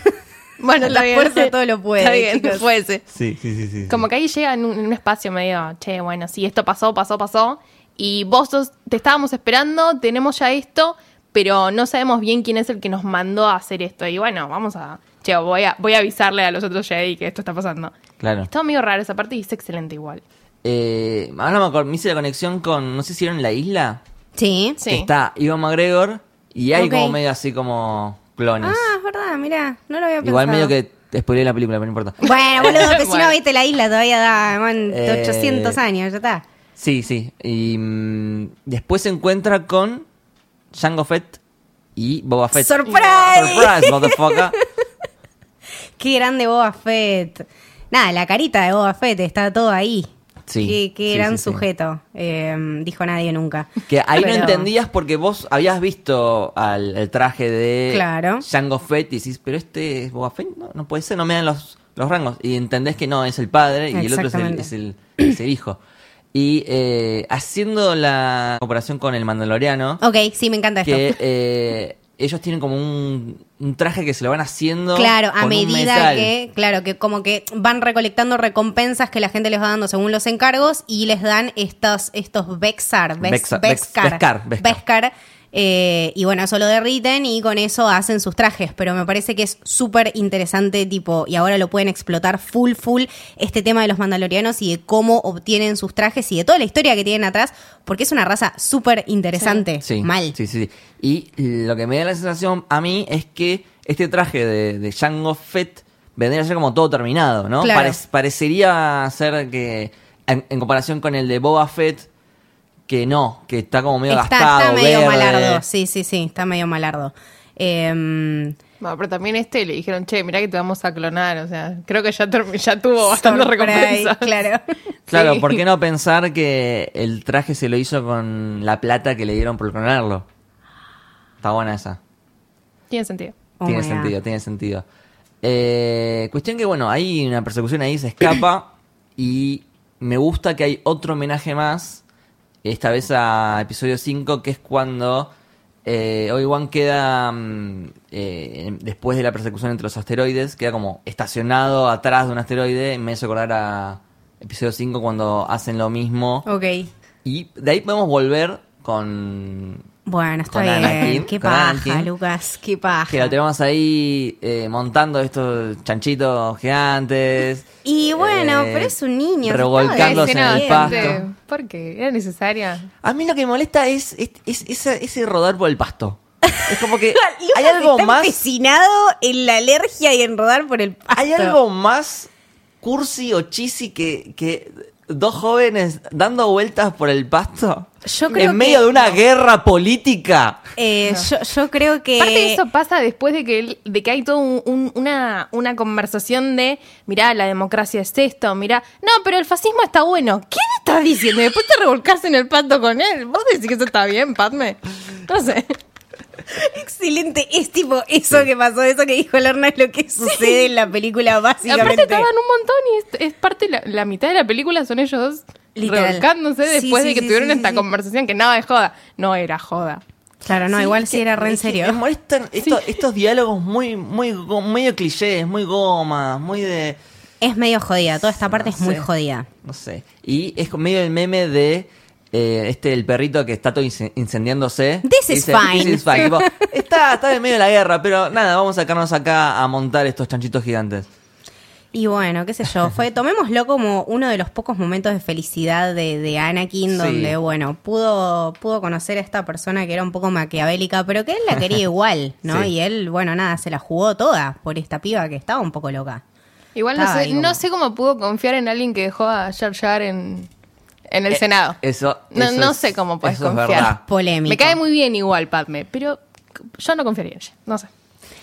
Speaker 3: bueno,
Speaker 2: La
Speaker 3: está bien.
Speaker 2: fuerza todo lo puede,
Speaker 3: Está bien,
Speaker 2: chicos.
Speaker 3: fue ese.
Speaker 1: Sí, sí, sí, sí. sí.
Speaker 3: Como que ahí llega en un, en un espacio medio, che, bueno, sí, esto pasó, pasó, pasó. Y vos sos- te estábamos esperando, tenemos ya esto, pero no sabemos bien quién es el que nos mandó a hacer esto. Y bueno, vamos a, che, voy a, voy a avisarle a los otros Jedi que esto está pasando.
Speaker 1: Claro.
Speaker 3: Está medio raro esa parte y es excelente igual.
Speaker 1: Eh, ahora me, acuerdo, me hice la conexión con, no sé si era en la isla,
Speaker 2: Sí.
Speaker 3: Sí.
Speaker 1: que está Ivan McGregor y hay
Speaker 2: Ok.
Speaker 1: como medio así como clones.
Speaker 2: Ah, es verdad, mirá, no lo había pensado.
Speaker 1: Igual medio que te spoileé la película, pero no importa. (laughs)
Speaker 2: Bueno, boludo, que si
Speaker 3: Bueno.
Speaker 2: no viste la isla todavía da, man,
Speaker 1: Eh.
Speaker 2: 800 años, ya está.
Speaker 1: Sí, sí. Y mm, después se encuentra con Jango Fett y Boba Fett.
Speaker 2: Surprise.
Speaker 1: Surprise, motherfucker.
Speaker 2: (laughs) Qué grande Boba Fett. Nada, la carita de Boba Fett está todo ahí.
Speaker 1: Sí,
Speaker 2: Qué, qué
Speaker 1: sí,
Speaker 2: gran
Speaker 1: sí, sí.
Speaker 2: sujeto. Eh, dijo nadie nunca.
Speaker 1: Que ahí
Speaker 2: Pero-
Speaker 1: no entendías porque vos habías visto al el traje de
Speaker 2: Claro.
Speaker 1: Jango Fett y decís, pero este es Boba Fett, no, no puede ser, no me dan los, los rangos. Y entendés que no, es el padre y el otro es el,
Speaker 2: Exactamente.
Speaker 1: es el- es el hijo. Y eh, haciendo la comparación con el Mandaloriano,
Speaker 2: Ok, sí, me encanta Oh, esto.
Speaker 1: que eh, ellos tienen como un, un traje que se lo van haciendo
Speaker 2: Claro, a
Speaker 1: con un
Speaker 2: medida
Speaker 1: metal.
Speaker 2: que, claro, que como que van recolectando recompensas que la gente les va dando según los encargos y les dan estos, estos Bexar, Bex-
Speaker 1: Vexa- Vex-
Speaker 2: Bexcar,
Speaker 1: Vescar, Vescar.
Speaker 2: Vescar, Eh, y bueno, eso lo derriten y con eso hacen sus trajes. Pero me parece que es súper interesante, tipo, y ahora lo pueden explotar full, full, este tema de los mandalorianos y de cómo obtienen sus trajes y de toda la historia que tienen atrás, porque es una raza súper interesante.
Speaker 1: Sí,
Speaker 2: Mal.
Speaker 1: Sí, sí, sí. Y lo que me da la sensación a mí es que este traje de, de Jango Fett vendría a ser como todo terminado, ¿no?
Speaker 2: Claro.
Speaker 1: Parec- parecería ser que, en, en comparación con el de Boba Fett, que no, que está como medio
Speaker 2: Está,
Speaker 1: gastado.
Speaker 2: está medio
Speaker 1: verde.
Speaker 2: malardo. Sí, sí, sí, está medio malardo. Em,
Speaker 3: Bueno, pero también este le dijeron, che, mirá que te vamos a clonar. O sea, creo que ya, term- ya tuvo bastante
Speaker 2: Surprise,
Speaker 1: (laughs)
Speaker 3: recompensa.
Speaker 2: Claro.
Speaker 1: Claro,
Speaker 3: Sí.
Speaker 1: ¿por qué no pensar que el traje se lo hizo con la plata que le dieron por clonarlo? Está buena esa.
Speaker 3: Tiene sentido.
Speaker 2: Oh
Speaker 1: tiene
Speaker 2: my God.
Speaker 1: sentido, tiene sentido. Eh, cuestión que, bueno, hay una persecución ahí, se
Speaker 2: (clears throat)
Speaker 1: escapa. y me gusta que hay otro homenaje más. Esta vez a episodio 5, que es cuando eh, Obi-Wan queda. mm, eh, después de la persecución entre los asteroides, queda como estacionado atrás de un asteroide. Me hizo acordar a episodio 5 cuando hacen lo mismo.
Speaker 2: Ok.
Speaker 1: Y de ahí podemos volver con
Speaker 2: Bueno, está
Speaker 1: Con
Speaker 2: bien.
Speaker 1: Anakin,
Speaker 2: qué
Speaker 1: con
Speaker 2: paja,
Speaker 1: Anakin.
Speaker 2: Lucas, qué paja.
Speaker 1: Que lo tenemos ahí eh, montando estos chanchitos gigantes.
Speaker 2: (laughs)
Speaker 1: Eh,
Speaker 2: Y bueno, pero es un niño,
Speaker 3: La
Speaker 1: Revolcándose en
Speaker 3: escena
Speaker 1: el
Speaker 3: bastante-
Speaker 1: pasto.
Speaker 3: ¿Por qué? ¿Era necesaria?
Speaker 1: A mí lo que me molesta es, es- es- ese- ese rodar por el pasto. Es como que
Speaker 2: (laughs) Lucas
Speaker 1: hay algo
Speaker 2: está
Speaker 1: más.
Speaker 2: empecinado en la alergia y en rodar por el pasto.
Speaker 1: Hay algo más cursi o chisi que, que dos jóvenes dando vueltas por el pasto.
Speaker 2: Yo creo que-
Speaker 1: en medio de una guerra política.
Speaker 2: Eh, yo, yo creo que...
Speaker 3: Aparte eso pasa después de que, el- de que hay toda una, una conversación de, mirá, la democracia es esto, mirá, no, pero el fascismo está bueno. ¿Qué le estás diciendo? Y Después te revolcás en el pato con él. ¿Vos decís que eso está bien, Padme? No sé.
Speaker 2: Excelente, es tipo eso que pasó, eso que dijo Lorna es lo que sucede en la película
Speaker 3: Aparte
Speaker 2: básicamente.
Speaker 3: tardan un montón y es, es parte, la, la mitad de la película son ellos dos
Speaker 2: Literal.
Speaker 3: revolcándose
Speaker 2: Sí,
Speaker 3: después
Speaker 2: sí,
Speaker 3: de que
Speaker 2: sí,
Speaker 3: tuvieron
Speaker 2: sí, sí,
Speaker 3: esta
Speaker 2: sí.
Speaker 3: conversación que nada de joda. No era joda.
Speaker 2: Claro, no, igual sí era re en
Speaker 1: Es que Me
Speaker 2: serio.
Speaker 1: molestan esto- estos diálogos muy, muy, go- medio clichés, muy gomas, muy de.
Speaker 2: Es medio jodida, toda esta parte
Speaker 1: No
Speaker 2: es muy
Speaker 1: sé.
Speaker 2: jodida.
Speaker 1: No sé. Y es medio el meme de eh, este el perrito que está todo ince- incendiándose.
Speaker 2: This is fine.
Speaker 1: This is fine. Tipo, está, está en medio de la guerra, pero nada, vamos a sacarnos acá a montar estos chanchitos gigantes.
Speaker 2: Y bueno, qué sé
Speaker 1: (laughs)
Speaker 2: yo, fue, tomémoslo como uno de los pocos momentos de felicidad de, de Anakin,
Speaker 1: Sí.
Speaker 2: donde, bueno, pudo, pudo conocer a esta persona que era un poco maquiavélica, pero que él
Speaker 1: (laughs)
Speaker 2: la quería igual, ¿no?
Speaker 1: Sí.
Speaker 2: Y él, bueno, nada, se la jugó toda por esta piba que estaba un poco loca.
Speaker 3: Igual no
Speaker 2: Estaba
Speaker 3: sé,
Speaker 2: ahí como-
Speaker 3: no sé cómo pudo confiar en alguien que dejó a Jar Jar en, en el
Speaker 1: Eh,
Speaker 3: Senado.
Speaker 1: eso-
Speaker 3: No,
Speaker 1: eso
Speaker 3: no
Speaker 1: es-
Speaker 3: sé cómo puedes
Speaker 1: eso es
Speaker 3: confiar.
Speaker 1: verdad.
Speaker 2: Polémico.
Speaker 3: Me cae muy bien igual, Padme, pero yo no confiaría en ella. No sé.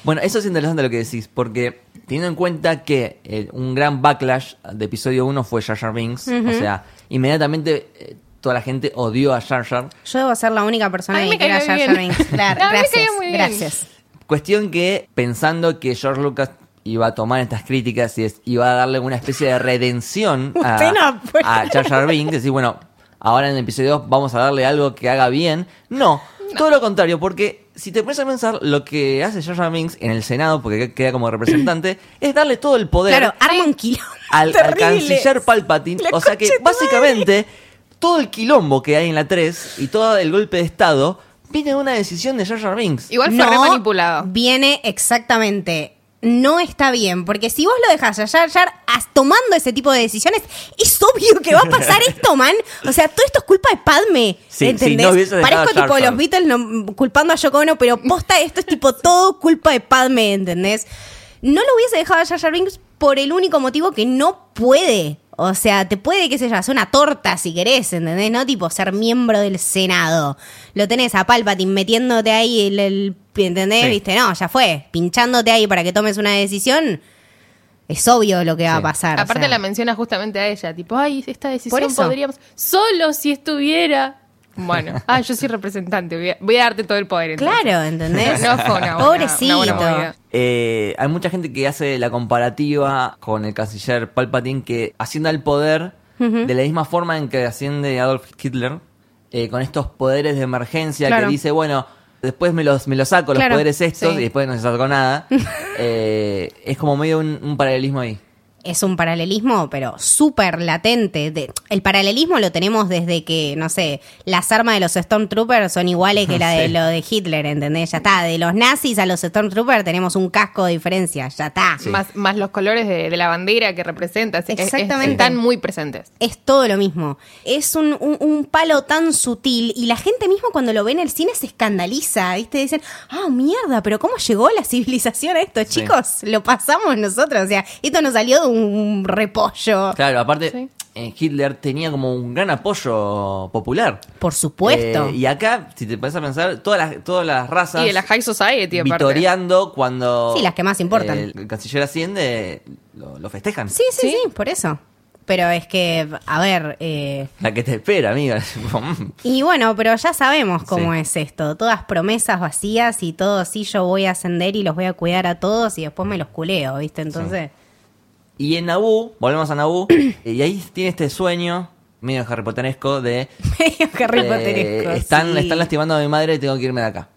Speaker 1: Bueno, eso es interesante lo que decís, porque teniendo en cuenta que eh, un gran backlash de episodio 1 fue Jar Jar Binks, o sea, inmediatamente eh, toda la gente odió a Jar Jar.
Speaker 2: Yo debo ser la única persona
Speaker 3: A
Speaker 2: que
Speaker 3: mí me
Speaker 2: quiera a
Speaker 3: cayó
Speaker 2: Jar Jar
Speaker 3: bien.
Speaker 2: Binks.
Speaker 3: (laughs)
Speaker 2: Claro,
Speaker 3: A mí me
Speaker 2: gracias,
Speaker 3: cayó muy bien.
Speaker 2: gracias.
Speaker 1: Cuestión que pensando que George Lucas iba a tomar estas críticas y es- iba a darle una especie de redención
Speaker 2: (laughs) Usted
Speaker 1: a,
Speaker 2: no puede.
Speaker 1: a Jar Jar Binks, decir, bueno, ahora en el episodio 2 vamos a darle algo que haga bien. No, todo lo contrario, porque si te pones a pensar, lo que hace Jar Jar Binks en el Senado, porque queda como representante, es darle todo el poder
Speaker 2: Claro, arma un kilo.
Speaker 1: al, al
Speaker 2: (laughs) Terrible.
Speaker 1: canciller Palpatine.
Speaker 2: La
Speaker 1: o sea que
Speaker 2: concha de tu
Speaker 1: básicamente todo el quilombo que hay en la 3 y todo el golpe de Estado viene de una decisión de Jar Jar Binks.
Speaker 3: Igual fue re manipulado.
Speaker 2: Viene exactamente. No está bien, porque si vos lo dejas a Jar Jar as- tomando ese tipo de decisiones, es obvio que va
Speaker 1: (laughs)
Speaker 2: a pasar esto, man. O sea, todo esto es culpa de Padme.
Speaker 1: Sí,
Speaker 2: ¿Entendés?
Speaker 1: si no hubiese dejado
Speaker 2: Parezco
Speaker 1: a Jar
Speaker 2: tipo
Speaker 1: Jar.
Speaker 2: los Beatles no- culpando a Yoko Ono, pero posta esto es tipo todo culpa de Padme, ¿entendés? No lo hubiese dejado a Jar Jar Binks por el único motivo que no puede. O sea, te puede, qué sé yo, hacer una torta si querés, ¿entendés? No tipo ser miembro del Senado. Lo tenés a Palpatine metiéndote ahí el, el- ¿entendés?
Speaker 1: Sí.
Speaker 2: Viste, no, ya fue. Pinchándote ahí para que tomes una decisión. Es obvio lo que va a
Speaker 1: Sí.
Speaker 2: pasar. o
Speaker 3: Aparte
Speaker 2: sea.
Speaker 3: la menciona justamente a ella, tipo, ay, esta
Speaker 2: Por
Speaker 3: decisión
Speaker 2: eso.
Speaker 3: podríamos... Solo si estuviera... Bueno, (laughs) ah, yo soy representante, voy a, voy a darte todo el poder. entonces.
Speaker 2: Claro, ¿entendés?
Speaker 3: (laughs) No, no fue una buena-
Speaker 2: Pobrecito.
Speaker 3: una buena movida.
Speaker 1: Eh, hay mucha gente que hace la comparativa con el canciller Palpatine que asciende al poder de la misma forma en que asciende Adolf Hitler, eh, con estos poderes de emergencia
Speaker 3: Claro.
Speaker 1: que dice, bueno, después me los, me los saco, los
Speaker 3: Claro,
Speaker 1: poderes estos,
Speaker 3: sí. (laughs)
Speaker 1: y después no se sacó nada. Eh, es como medio un, un paralelismo ahí.
Speaker 2: es un paralelismo, pero súper latente. De- el paralelismo lo tenemos desde que, no sé, las armas de los Stormtroopers son iguales que la de
Speaker 1: Sí.
Speaker 2: lo de Hitler, ¿entendés? Ya está, de los nazis a los Stormtroopers tenemos un casco de diferencia, ya está.
Speaker 3: Más, más los colores de, de la bandera que representa. así que es- es-
Speaker 2: Exactamente.
Speaker 3: están muy presentes.
Speaker 2: Es todo lo mismo. Es un, un- un palo tan sutil y la gente mismo cuando lo ve en el cine se escandaliza, ¿viste? Dicen, ah, mierda, pero ¿cómo llegó la civilización a esto,
Speaker 1: Sí.
Speaker 2: chicos? Lo pasamos nosotros, o sea, esto nos salió de un repollo.
Speaker 1: Claro, aparte,
Speaker 3: Sí.
Speaker 1: eh, Hitler tenía como un gran apoyo popular.
Speaker 2: Por supuesto.
Speaker 1: Eh, y acá, si te pones a pensar, todas las, todas las razas
Speaker 3: Y de la High Society, aparte.
Speaker 1: vitoreando cuando
Speaker 2: Sí, las que más importan.
Speaker 1: eh, el canciller asciende, lo, lo festejan.
Speaker 2: sí, sí, sí, por eso. Pero es que, a ver, eh,
Speaker 1: La que te espera, amiga. (laughs) Tipo, mm.
Speaker 2: Y bueno, pero ya sabemos cómo
Speaker 1: Sí.
Speaker 2: es esto. Todas promesas vacías y todo, sí, yo voy a ascender y los voy a cuidar a todos y después me los culeo, ¿viste? Entonces, (laughs)
Speaker 1: Y en Naboo, volvemos a Naboo,
Speaker 2: (clears throat)
Speaker 1: y ahí tiene este sueño medio Harry Potteresco de
Speaker 2: medio que
Speaker 1: eh, están, están lastimando a mi madre y tengo que irme de acá.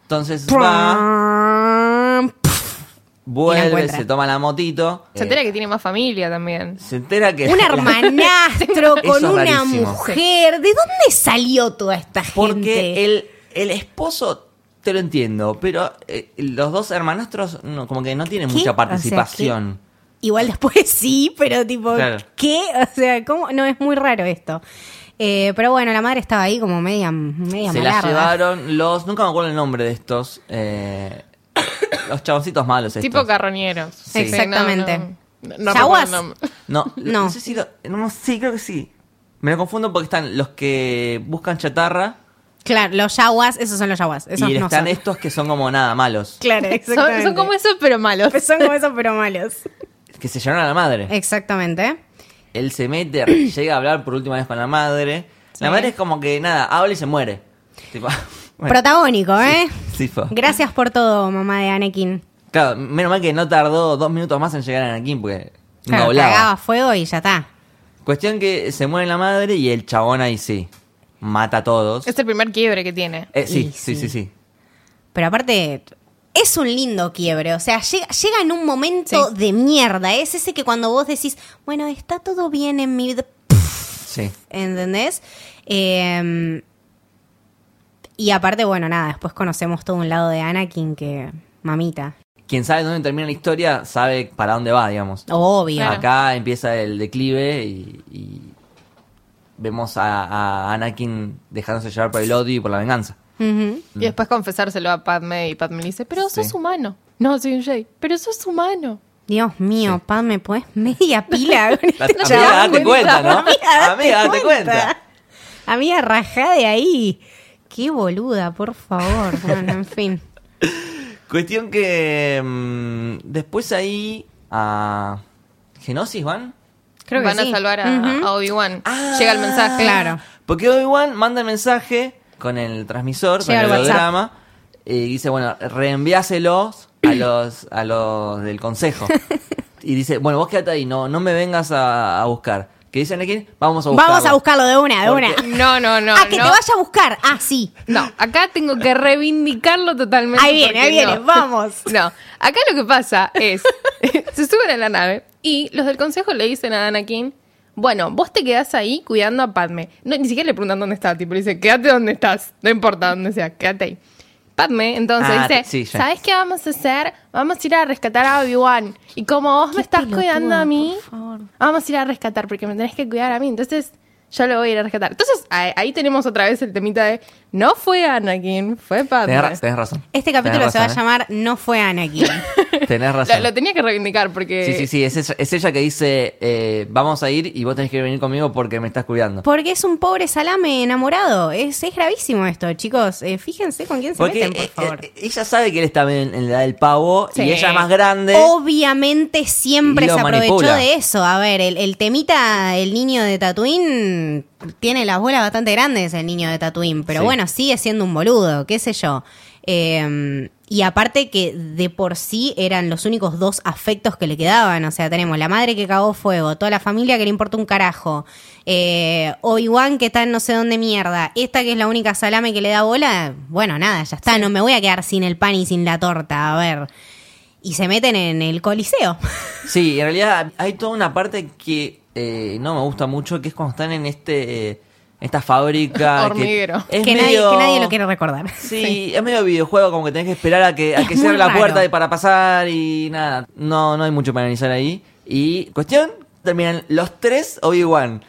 Speaker 1: Entonces va, (laughs) vuelve,
Speaker 2: encuentra.
Speaker 1: se toma la motito. eh,
Speaker 3: Se entera que tiene más familia también.
Speaker 1: se entera que (laughs)
Speaker 2: Un
Speaker 1: la-
Speaker 2: hermanastro
Speaker 1: Eso
Speaker 2: con
Speaker 1: es
Speaker 2: una
Speaker 1: rarísimo.
Speaker 2: mujer. ¿De dónde salió toda esta gente?
Speaker 1: Porque el, el esposo, te lo entiendo, pero eh, los dos hermanastros no, como que no tienen
Speaker 2: ¿Qué?
Speaker 1: mucha
Speaker 2: O sea,
Speaker 1: participación.
Speaker 2: ¿qué? Igual después (laughs) sí, pero tipo,
Speaker 1: Claro.
Speaker 2: ¿qué? O sea, ¿cómo? No, es muy raro esto. Eh, pero bueno, la madre estaba ahí como media, media
Speaker 1: Se la
Speaker 2: malarda.
Speaker 1: llevaron los, nunca me acuerdo el nombre de estos, eh, (coughs) los chaboncitos malos estos.
Speaker 3: Tipo carroñeros.
Speaker 1: Sí.
Speaker 2: Exactamente.
Speaker 3: No, no, no
Speaker 2: Yaguas.
Speaker 3: recuerdo el nombre.
Speaker 1: No,
Speaker 2: No.
Speaker 1: no. sé si lo- no, sí, creo que sí. Me lo confundo porque están los que buscan chatarra
Speaker 2: Claro, los yaguas, esos son los yaguas. Esos
Speaker 1: y
Speaker 2: no
Speaker 1: están
Speaker 2: son.
Speaker 1: estos que son como nada malos.
Speaker 2: Claro,
Speaker 3: (laughs) Son- Son,
Speaker 2: exactamente.
Speaker 3: como esos, pero malos.
Speaker 2: (laughs) Son como esos, pero malos.
Speaker 1: Que se llevaron a la
Speaker 2: Eh.
Speaker 1: madre.
Speaker 2: Exactamente.
Speaker 1: Él se mete, (coughs) llega a hablar por última vez con la madre. La madre es como que nada, habla y se muere. Tipo, (laughs) bueno,
Speaker 2: Protagónico,
Speaker 1: (laughs)
Speaker 2: ¿eh?
Speaker 1: sí, fue.
Speaker 2: Gracias por todo, mamá de Anakin.
Speaker 1: Claro, menos mal que no tardó dos minutos más en llegar a Anakin porque no
Speaker 2: Claro,
Speaker 1: hablaba.
Speaker 2: cagaba fuego y ya está.
Speaker 1: Cuestión que se muere la madre y el chabón ahí sí. Mata a todos.
Speaker 3: Es el primer quiebre que tiene.
Speaker 1: Eh, sí,
Speaker 2: Este-
Speaker 1: sí,
Speaker 2: Y sí.
Speaker 1: sí, sí.
Speaker 2: Pero aparte, es un lindo quiebre. O sea, llega, llega en un momento
Speaker 3: Sí.
Speaker 2: de mierda. Es ese que cuando vos decís, bueno, está todo bien en mi vida.
Speaker 1: Sí.
Speaker 2: ¿Entendés? Eh, y aparte, bueno, nada, después conocemos todo un lado de Anakin que. Mamita.
Speaker 1: Quien sabe dónde termina la historia sabe para dónde va, digamos.
Speaker 2: Obvio.
Speaker 3: Claro.
Speaker 1: Acá empieza el declive y, y vemos a, a Anakin dejándose llevar por el odio y por la
Speaker 2: (laughs)
Speaker 1: venganza.
Speaker 2: Ujú.
Speaker 3: Y después confesárselo a Padme y Padme le dice, pero
Speaker 1: Mm. Sí.
Speaker 3: sos humano. No, soy un Jedi. Pero sos humano.
Speaker 2: Dios mío, Padme, pues media pila.
Speaker 1: (laughs)
Speaker 2: con
Speaker 1: La-
Speaker 2: este
Speaker 1: amiga,
Speaker 2: chabón.
Speaker 1: date cuenta, ¿no?
Speaker 2: (laughs) Amiga,
Speaker 1: Amiga, date cuenta.
Speaker 2: Amiga, rajá de ahí. Qué boluda,
Speaker 1: (laughs)
Speaker 2: por favor. Bueno, en fin.
Speaker 1: Cuestión que mm, después ahí a Genosis van.
Speaker 2: Creo que
Speaker 3: Van a
Speaker 2: sí.
Speaker 3: salvar a,
Speaker 2: Ujú.
Speaker 3: a Obi-Wan.
Speaker 1: Ah.
Speaker 3: Llega el mensaje.
Speaker 2: Claro.
Speaker 1: Porque Obi-Wan manda el mensaje con el transmisor,
Speaker 2: Llega el
Speaker 1: con el
Speaker 2: WhatsApp.
Speaker 1: holograma, y dice, bueno, reenviáselos a los, a los del
Speaker 2: (laughs)
Speaker 1: consejo. y dice, bueno, vos quédate ahí, no, no me vengas a, a buscar. ¿Qué dice Anakin? Vamos a buscarlo.
Speaker 2: Vamos a buscarlo de una, de
Speaker 1: Porque-
Speaker 2: una.
Speaker 3: No, no, no.
Speaker 2: ah, que
Speaker 3: no.
Speaker 2: te vaya a buscar. Ah, sí.
Speaker 3: No, acá tengo que reivindicarlo totalmente.
Speaker 2: Ahí viene,
Speaker 3: porque
Speaker 2: ahí viene,
Speaker 3: no. (laughs)
Speaker 2: vamos.
Speaker 3: No, acá lo que pasa es, (laughs) se suben a la nave y los del consejo le dicen a Anakin, bueno, vos te quedás ahí cuidando a Padme. No, ni siquiera le preguntan dónde está, tipo, le dice, quédate donde estás, no importa dónde sea, quédate ahí. Padme entonces
Speaker 1: Ah,
Speaker 3: dice,
Speaker 1: sí, ya.
Speaker 3: ¿sabes qué vamos a hacer? Vamos a ir a rescatar a Obi-Wan. Y como vos me estás
Speaker 2: pelotuda,
Speaker 3: cuidando a mí,
Speaker 2: por favor.
Speaker 3: vamos a ir a rescatar porque me tenés que cuidar a mí. Entonces, yo lo voy a ir a rescatar. Entonces, ahí, ahí tenemos otra vez el temita de, no fue Anakin, fue Padme.
Speaker 1: Tenés, ra- tenés razón.
Speaker 2: Este
Speaker 1: Tenés
Speaker 2: capítulo se va a
Speaker 1: razón,
Speaker 2: llamar No fue Anakin.
Speaker 1: ¿eh?
Speaker 2: (laughs)
Speaker 1: Tenés
Speaker 3: Lo,
Speaker 1: razón.
Speaker 3: lo tenía que reivindicar porque...
Speaker 1: Sí, sí, sí, es ella, es ella que dice, eh, vamos a ir y vos tenés que venir conmigo porque me estás cuidando.
Speaker 2: Porque es un pobre salame enamorado. Es, es gravísimo esto, chicos. Eh, fíjense con quién se
Speaker 1: Porque
Speaker 2: meten, por
Speaker 1: eh,
Speaker 2: favor.
Speaker 1: eh, ella sabe que él está en, en la del pavo
Speaker 3: Sí.
Speaker 1: y ella es más grande.
Speaker 2: Oh. Obviamente siempre
Speaker 1: Y lo
Speaker 2: se aprovechó
Speaker 1: manipula.
Speaker 2: de eso. A ver, el, el temita, el niño de Tatooine tiene las bolas bastante grandes, el niño de Tatooine, pero
Speaker 1: Sí.
Speaker 2: bueno, sigue siendo un boludo, qué sé yo. Eh, y aparte que de por sí eran los únicos dos afectos que le quedaban. O sea, tenemos la madre que cagó fuego, toda la familia que le importa un carajo, eh, Obi-Wan que está en no sé dónde mierda, esta que es la única salame que le da bola. Bueno, nada, ya está, no me voy a quedar sin el pan y sin la torta, a ver. y se meten en el coliseo. (laughs)
Speaker 1: Sí, en realidad hay toda una parte que eh, no me gusta mucho, que es cuando están en este eh, esta
Speaker 2: (laughs)
Speaker 1: fábrica.
Speaker 3: Hormiguero.
Speaker 1: Que, es
Speaker 2: que, nadie,
Speaker 1: medio-
Speaker 2: que nadie lo quiere
Speaker 1: (laughs)
Speaker 2: recordar.
Speaker 1: Sí, es medio videojuego, como que tenés que esperar a que, a
Speaker 2: Es
Speaker 1: que
Speaker 2: muy
Speaker 1: se abra la
Speaker 2: raro.
Speaker 1: puerta y para pasar y nada. No, no hay mucho para analizar ahí. Y cuestión, terminan los tres Obi-Wan,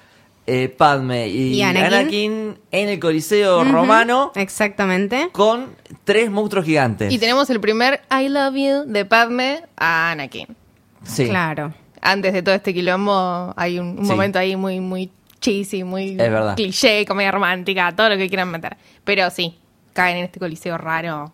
Speaker 1: eh, Padme y,
Speaker 2: Y Anakin.
Speaker 1: Anakin en el Coliseo Romano
Speaker 2: Exactamente.
Speaker 1: con tres monstruos gigantes.
Speaker 3: Y tenemos el primer I love you de Padme a Anakin.
Speaker 1: sí,
Speaker 2: Claro.
Speaker 3: Antes de todo este quilombo hay un, un
Speaker 1: Sí.
Speaker 3: momento ahí muy, muy cheesy, muy
Speaker 1: Es verdad.
Speaker 3: cliché, comedia romántica, todo lo que quieran meter. Pero sí, caen en este coliseo raro.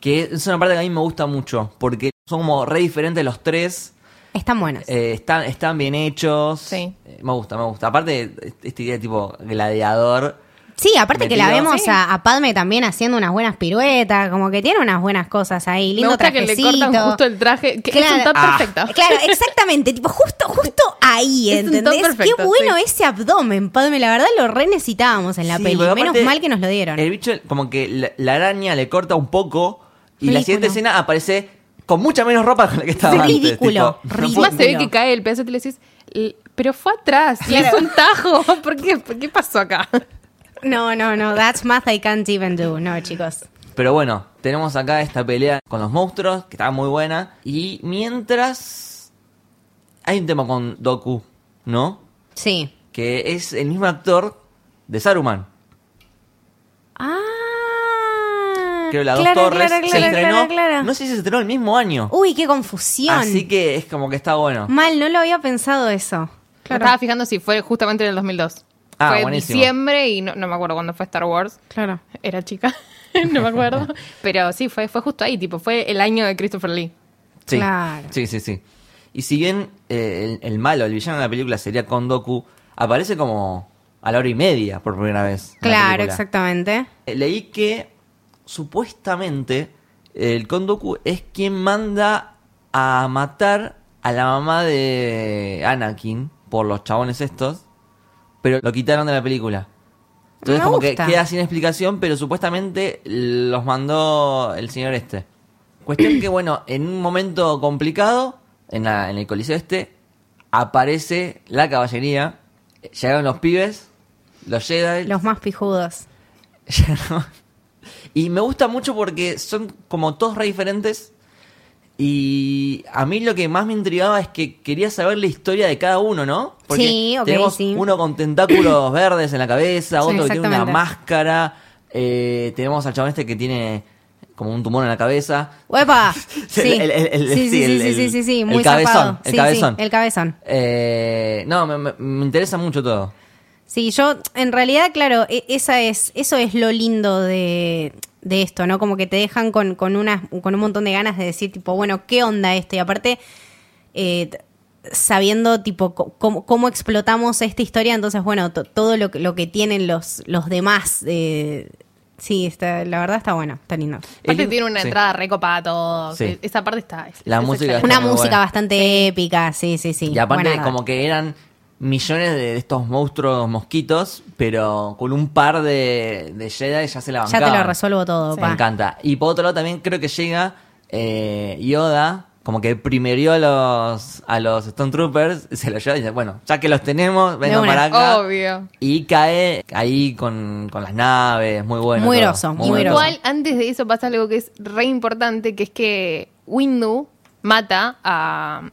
Speaker 1: que es una parte que a mí me gusta mucho porque son como re diferentes los tres.
Speaker 2: Están buenos.
Speaker 1: Eh, están, están bien hechos.
Speaker 3: Sí.
Speaker 1: Eh, me gusta, me gusta. Aparte, esta idea tipo gladiador.
Speaker 2: Sí, aparte que la
Speaker 1: metido.
Speaker 2: vemos
Speaker 3: Sí.
Speaker 2: a, a Padme también haciendo unas buenas piruetas, como que tiene unas buenas cosas ahí, lindo
Speaker 3: Me gusta que
Speaker 2: trajecito.
Speaker 3: le cortan justo el traje, que es un
Speaker 2: Claro.
Speaker 3: top
Speaker 1: Ah.
Speaker 3: perfecto.
Speaker 2: (laughs) Claro, exactamente, tipo justo justo ahí,
Speaker 3: Es un top
Speaker 2: ¿entendés? Qué
Speaker 3: perfecto,
Speaker 2: bueno
Speaker 3: sí.
Speaker 2: ese abdomen, Padme, la verdad lo re necesitábamos en la
Speaker 1: Sí,
Speaker 2: peli,
Speaker 1: porque
Speaker 2: menos
Speaker 1: aparte,
Speaker 2: mal que nos lo dieron.
Speaker 1: El bicho, como que la, la araña le corta un poco y la
Speaker 2: Ridículo.
Speaker 1: siguiente escena aparece con mucha menos ropa con la que estaba
Speaker 2: Sí,
Speaker 1: antes.
Speaker 2: ridículo,
Speaker 1: tipo,
Speaker 2: ridículo.
Speaker 3: Encima se ve que cae el pedazo y te le decís, "L- pero fue atrás, y es un tajo. (laughs) ¿Por qué, ¿Por qué pasó acá?
Speaker 2: No, no, no, that's math I can't even do. No, chicos.
Speaker 1: Pero bueno, tenemos acá esta pelea con los monstruos, que está muy buena. Y mientras. Hay un tema con Doku, ¿no?
Speaker 2: Sí.
Speaker 1: Que es el mismo actor de Saruman.
Speaker 2: Ah.
Speaker 1: Creo que la dos
Speaker 2: claro,
Speaker 1: Torres
Speaker 2: claro,
Speaker 1: se
Speaker 2: claro,
Speaker 1: estrenó.
Speaker 2: claro, claro.
Speaker 1: No sé si se estrenó el mismo año.
Speaker 2: Uy, qué confusión.
Speaker 1: Así que es como que está bueno.
Speaker 2: Mal, no lo había pensado eso.
Speaker 3: Me Estaba fijando si fue justamente en el 2002.
Speaker 1: Ah,
Speaker 3: fue en
Speaker 1: buenísimo.
Speaker 3: diciembre y no, no me acuerdo cuándo fue Star Wars.
Speaker 2: Claro.
Speaker 3: Era chica, (laughs) no me acuerdo. Pero sí, fue, fue justo ahí, tipo, fue el año de Christopher Lee.
Speaker 1: Sí,
Speaker 2: Claro.
Speaker 1: sí, sí, sí. Y si bien eh, el, el malo, el villano de la película sería Kondoku, aparece como a la hora y media por primera vez. en la
Speaker 2: Claro,
Speaker 1: película.
Speaker 2: exactamente.
Speaker 1: Eh, Leí que supuestamente el Kondoku es quien manda a matar a la mamá de Anakin por los chabones estos, pero lo quitaron de la película. Entonces
Speaker 2: Me
Speaker 1: como
Speaker 2: gusta.
Speaker 1: que queda sin explicación, pero supuestamente los mandó el señor este. Cuestión que, bueno, en un momento complicado, en, la- en el coliseo este, aparece la caballería, llegaron los pibes, los Jedi,
Speaker 2: Los más pijudos.
Speaker 1: (laughs) ya no. Y me gusta mucho porque son como todos re diferentes. Y a mí lo que más me intrigaba es que quería saber la historia de cada uno, ¿no? Porque
Speaker 2: Sí, ok,
Speaker 1: tenemos
Speaker 2: sí.
Speaker 1: uno con
Speaker 2: (clears throat)
Speaker 1: tentáculos verdes en la cabeza,
Speaker 2: Sí,
Speaker 1: otro que tiene una
Speaker 2: exactamente.
Speaker 1: máscara, eh, tenemos al chabón este que tiene como un tumor en la cabeza.
Speaker 2: ¡Huepa! Sí,
Speaker 1: (laughs) El- el- el-
Speaker 2: sí, sí,
Speaker 1: sí, el-
Speaker 2: sí, sí, sí, sí,
Speaker 1: el
Speaker 2: muy
Speaker 1: cabezón,
Speaker 2: zarpado.
Speaker 1: el
Speaker 2: Sí, sí,
Speaker 1: cabezón.
Speaker 2: el cabezón.
Speaker 1: Eh, no, me, me- me interesa mucho todo.
Speaker 2: Sí, yo en realidad, claro, e- esa es, eso es lo lindo de, de esto, ¿no? Como que te dejan con, con, unas- con un montón de ganas de decir, tipo, bueno, ¿qué onda esto? Y aparte, eh, t- sabiendo, tipo, co- cómo, cómo explotamos esta historia, entonces, bueno, to- todo lo, que- lo que tienen los, los demás. eh, sí, está, la verdad está bueno, está lindo.
Speaker 3: Aparte
Speaker 1: El-
Speaker 3: tiene una
Speaker 1: sí.
Speaker 3: entrada recopada todo.
Speaker 1: Sí.
Speaker 3: Esa parte está. es-
Speaker 1: La
Speaker 3: es
Speaker 1: música Está
Speaker 3: excelente.
Speaker 2: Una
Speaker 1: muy
Speaker 2: música
Speaker 1: bueno.
Speaker 2: bastante épica, sí, sí, sí.
Speaker 1: Y aparte,
Speaker 2: Buena data.
Speaker 1: como que eran millones de estos monstruos mosquitos, pero con un par de, de Jedi ya se la
Speaker 2: Ya
Speaker 1: bancaban.
Speaker 2: te lo resuelvo todo,
Speaker 1: Me
Speaker 2: pa.
Speaker 1: encanta. Y por otro lado también creo que llega eh, Yoda, como que primerió a los, a los Stone Troopers, (laughs) se los lleva y dice, bueno, ya que los tenemos, vengan
Speaker 2: una.
Speaker 1: para acá.
Speaker 3: Obvio.
Speaker 1: Y cae ahí con, con las naves, muy bueno.
Speaker 2: Muy
Speaker 1: todo.
Speaker 2: groso, muy
Speaker 1: bueno
Speaker 2: groso.
Speaker 1: todo.
Speaker 3: Igual, antes de eso pasa algo que es re importante, que es que Windu mata a...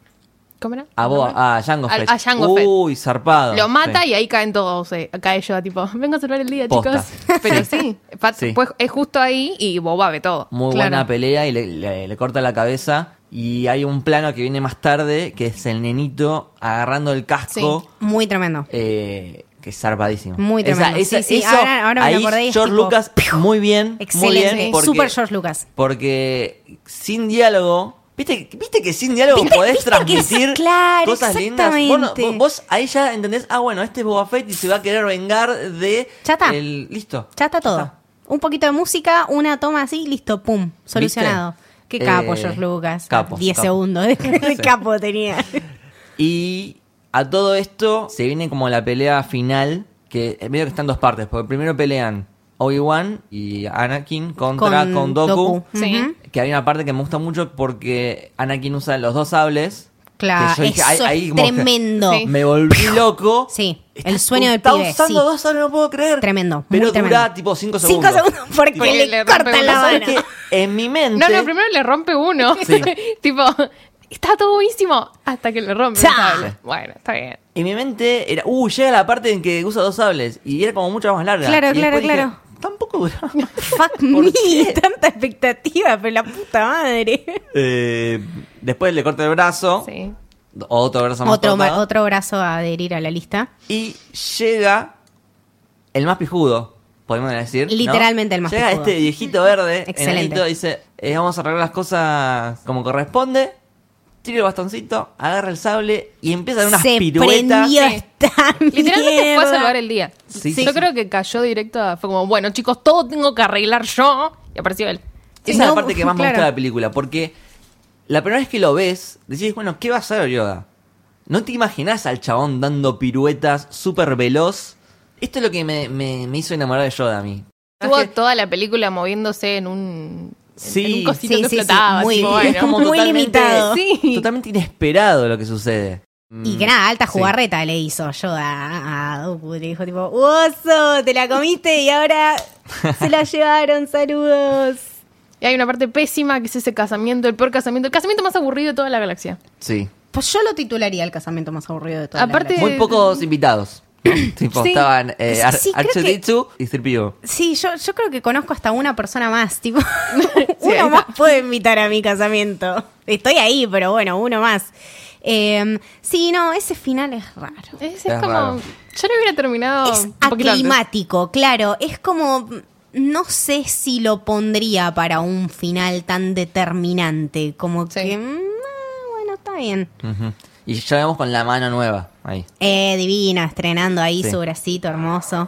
Speaker 3: ¿Cómo era?
Speaker 1: A vos, a Jango
Speaker 3: Al-
Speaker 1: Fett.
Speaker 3: a Jango Fett.
Speaker 1: Uy, zarpado.
Speaker 3: Lo mata
Speaker 1: Sí.
Speaker 3: y ahí caen todos. eh, cae yo, tipo, vengo a salvar el día,
Speaker 1: Posta.
Speaker 3: chicos. (laughs) Pero sí, pa-
Speaker 1: Sí.
Speaker 3: Pues, es justo ahí y Boba ve todo.
Speaker 1: Muy
Speaker 2: Claro.
Speaker 1: buena pelea y le, le- le corta la cabeza. Y hay un plano que viene más tarde, que es el nenito agarrando el casco,
Speaker 2: Muy tremendo.
Speaker 1: eh, que es zarpadísimo.
Speaker 2: Muy tremendo. Sí, sí, ahora- ahora me lo
Speaker 1: ahí
Speaker 2: acordé y es
Speaker 1: George
Speaker 2: tipo,
Speaker 1: Lucas, muy bien,
Speaker 2: Excelente.
Speaker 1: muy bien. Porque,
Speaker 2: Super George Lucas.
Speaker 1: Porque sin diálogo... ¿Viste, viste que sin diálogo
Speaker 2: ¿Viste-
Speaker 1: podés
Speaker 2: viste que es-
Speaker 1: transmitir
Speaker 2: claro,
Speaker 1: cosas lindas? Vos, no-
Speaker 2: exactamente.
Speaker 1: vos- vos ahí ya entendés, ah, bueno, este es Boba Fett y se va a querer vengar de...
Speaker 2: Ya está.
Speaker 1: el- listo.
Speaker 2: Ya está todo.
Speaker 1: está.
Speaker 2: Un poquito de música, una toma así, listo, pum, solucionado. Qué
Speaker 1: ¿Viste?
Speaker 2: capo,
Speaker 1: Eh,
Speaker 2: George Lucas.
Speaker 1: capo,
Speaker 2: 10
Speaker 1: capo.
Speaker 2: segundos (laughs) de, de
Speaker 1: Sí.
Speaker 2: capo tenía.
Speaker 1: Y a todo esto se viene como la pelea final, que medio que está en dos partes, porque primero pelean Obi-Wan y Anakin contra con, Doku,
Speaker 3: Sí.
Speaker 2: Ujú.
Speaker 1: que hay una parte que me gusta mucho porque Anakin usa los dos sables.
Speaker 2: Claro,
Speaker 1: que yo dije,
Speaker 2: eso
Speaker 1: ahí- ahí
Speaker 2: es
Speaker 1: como que
Speaker 2: tremendo.
Speaker 3: Sí.
Speaker 1: Me volví loco.
Speaker 2: Sí,
Speaker 1: Está-
Speaker 2: el sueño del
Speaker 1: está
Speaker 2: pibe,
Speaker 1: usando
Speaker 2: sí.
Speaker 1: dos sables, no puedo creer.
Speaker 2: Tremendo, muy
Speaker 1: Pero dura
Speaker 2: tremendo.
Speaker 1: tipo 5
Speaker 2: Cinco
Speaker 1: segundos.
Speaker 2: segundos porque
Speaker 1: Tipo,
Speaker 2: le,
Speaker 3: le rompe
Speaker 2: cortan
Speaker 3: un
Speaker 2: la
Speaker 1: ¿Vos sabés
Speaker 2: mano.
Speaker 1: que en mi mente.
Speaker 3: No, no, primero le rompe uno.
Speaker 1: (laughs) Sí.
Speaker 3: (laughs) tipo, está todo buenísimo hasta que le rompe
Speaker 2: Cha.
Speaker 3: el cable. Bueno, está bien.
Speaker 1: En mi mente era, uh, llega la parte en que usa dos sables. Y era como mucho más larga. Y
Speaker 2: Claro,
Speaker 1: después
Speaker 2: claro,
Speaker 1: dije,
Speaker 2: claro.
Speaker 1: Tampoco
Speaker 2: (laughs)
Speaker 1: duraba.
Speaker 2: Fuck me, tanta expectativa, pero la puta madre.
Speaker 1: Eh, después le corta el brazo.
Speaker 3: Sí.
Speaker 1: Otro brazo más
Speaker 2: Otro, ma-
Speaker 1: cortado.
Speaker 2: otro brazo a adherir a la lista.
Speaker 1: Y llega el más pijudo, podemos decir. ¿no?
Speaker 2: Literalmente el más
Speaker 1: llega
Speaker 2: pijudo.
Speaker 1: este viejito verde,
Speaker 2: Excelente.
Speaker 1: enanito, dice, eh, vamos a arreglar las cosas como corresponde. Tira el bastoncito, agarra el sable y empiezan unas
Speaker 2: Se
Speaker 1: piruetas.
Speaker 2: prendió
Speaker 3: Sí.
Speaker 2: esta
Speaker 3: Literalmente fue a
Speaker 2: mierda.
Speaker 3: salvar el día.
Speaker 1: Sí,
Speaker 3: yo
Speaker 1: sí.
Speaker 3: creo que cayó directo a. Fue como, bueno, chicos, todo tengo que arreglar yo. Y apareció él.
Speaker 1: Esa es la
Speaker 2: No,
Speaker 1: parte que más me gusta
Speaker 2: claro.
Speaker 1: de la película, porque la primera vez que lo ves, decís, bueno, ¿qué va a hacer Yoda? No te imaginás al chabón dando piruetas súper veloz. Esto es lo que me, me- me hizo enamorar de Yoda a mí.
Speaker 3: Estuvo
Speaker 1: Traje-
Speaker 3: toda la película moviéndose en un.
Speaker 1: Sí.
Speaker 3: en un cosito
Speaker 2: Sí,
Speaker 3: que
Speaker 2: sí, sí,
Speaker 3: flotaba.
Speaker 2: muy
Speaker 3: así,
Speaker 2: (laughs) bien.
Speaker 3: bueno.
Speaker 1: es como
Speaker 2: Ah, Muy
Speaker 1: totalmente,
Speaker 2: (laughs) limitado.
Speaker 3: Sí.
Speaker 1: totalmente inesperado lo que sucede.
Speaker 2: Y
Speaker 1: Mm,
Speaker 2: que nada, alta
Speaker 1: sí.
Speaker 2: jugarreta le hizo Yoda a a Dooku. Le dijo tipo, oso, te la comiste y ahora
Speaker 1: (laughs)
Speaker 2: se la llevaron, saludos.
Speaker 3: Y hay una parte pésima que es ese casamiento, el peor casamiento, el casamiento más aburrido de toda la galaxia.
Speaker 1: Sí.
Speaker 2: Pues yo lo titularía el casamiento más aburrido de toda
Speaker 3: Aparte-
Speaker 2: la galaxia.
Speaker 1: Muy pocos invitados. (clears throat) tipo,
Speaker 3: Sí.
Speaker 1: estaban eh, Ar-
Speaker 2: Sí, creo que-
Speaker 1: Archedichu y Stripio.
Speaker 2: Sí, yo, yo creo que conozco hasta una persona más, (laughs) tipo,
Speaker 3: ahí
Speaker 2: uno
Speaker 3: está.
Speaker 2: más puede invitar a mi casamiento. Estoy ahí, pero bueno, uno más. Eh, sí, no, ese final es raro.
Speaker 3: Es, es
Speaker 1: Es
Speaker 3: como.
Speaker 1: raro.
Speaker 3: Yo lo hubiera terminado.
Speaker 2: Es
Speaker 3: un poquito antes.
Speaker 2: aclimático, claro. Es como. No sé si lo pondría para un final tan determinante. Como
Speaker 3: Sí.
Speaker 2: que. mm, ah, bueno, está bien.
Speaker 1: Ujú. Y ya vemos con la mano nueva. Ahí.
Speaker 2: Eh, divina, estrenando ahí
Speaker 1: Sí.
Speaker 2: su bracito hermoso.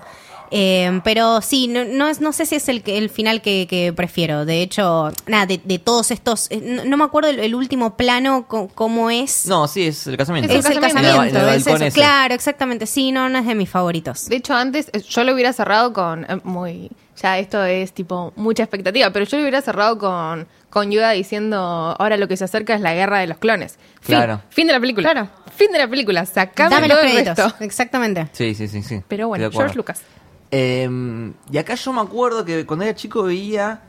Speaker 2: Eh, pero sí, no, no, es- no sé si es el, que- el final que, que prefiero. De hecho, nada, de, de todos estos. eh, No, no me acuerdo el, el último plano, co- cómo es.
Speaker 1: No, sí, es el casamiento.
Speaker 2: es el
Speaker 3: casamiento.
Speaker 2: casamiento.
Speaker 1: En el ba- en el
Speaker 2: es
Speaker 1: balcón
Speaker 2: eso.
Speaker 1: ese.
Speaker 2: Claro, exactamente. Sí, no, no es de mis favoritos.
Speaker 3: De hecho, antes eh, yo lo hubiera cerrado con. eh, Muy. Ya esto es tipo mucha expectativa, pero yo lo hubiera cerrado con, con Yoda diciendo: Ahora lo que se acerca es la guerra de los clones. Fin,
Speaker 1: Claro.
Speaker 3: Fin de la película.
Speaker 2: Claro.
Speaker 3: Fin de la película. Sacame
Speaker 2: Dame los
Speaker 3: todo el
Speaker 2: créditos.
Speaker 3: resto.
Speaker 2: Exactamente.
Speaker 1: Sí, sí, sí, sí.
Speaker 3: Pero bueno,
Speaker 1: Estoy de acuerdo.
Speaker 3: George Lucas.
Speaker 1: Eh, y acá yo me acuerdo que cuando era chico veía.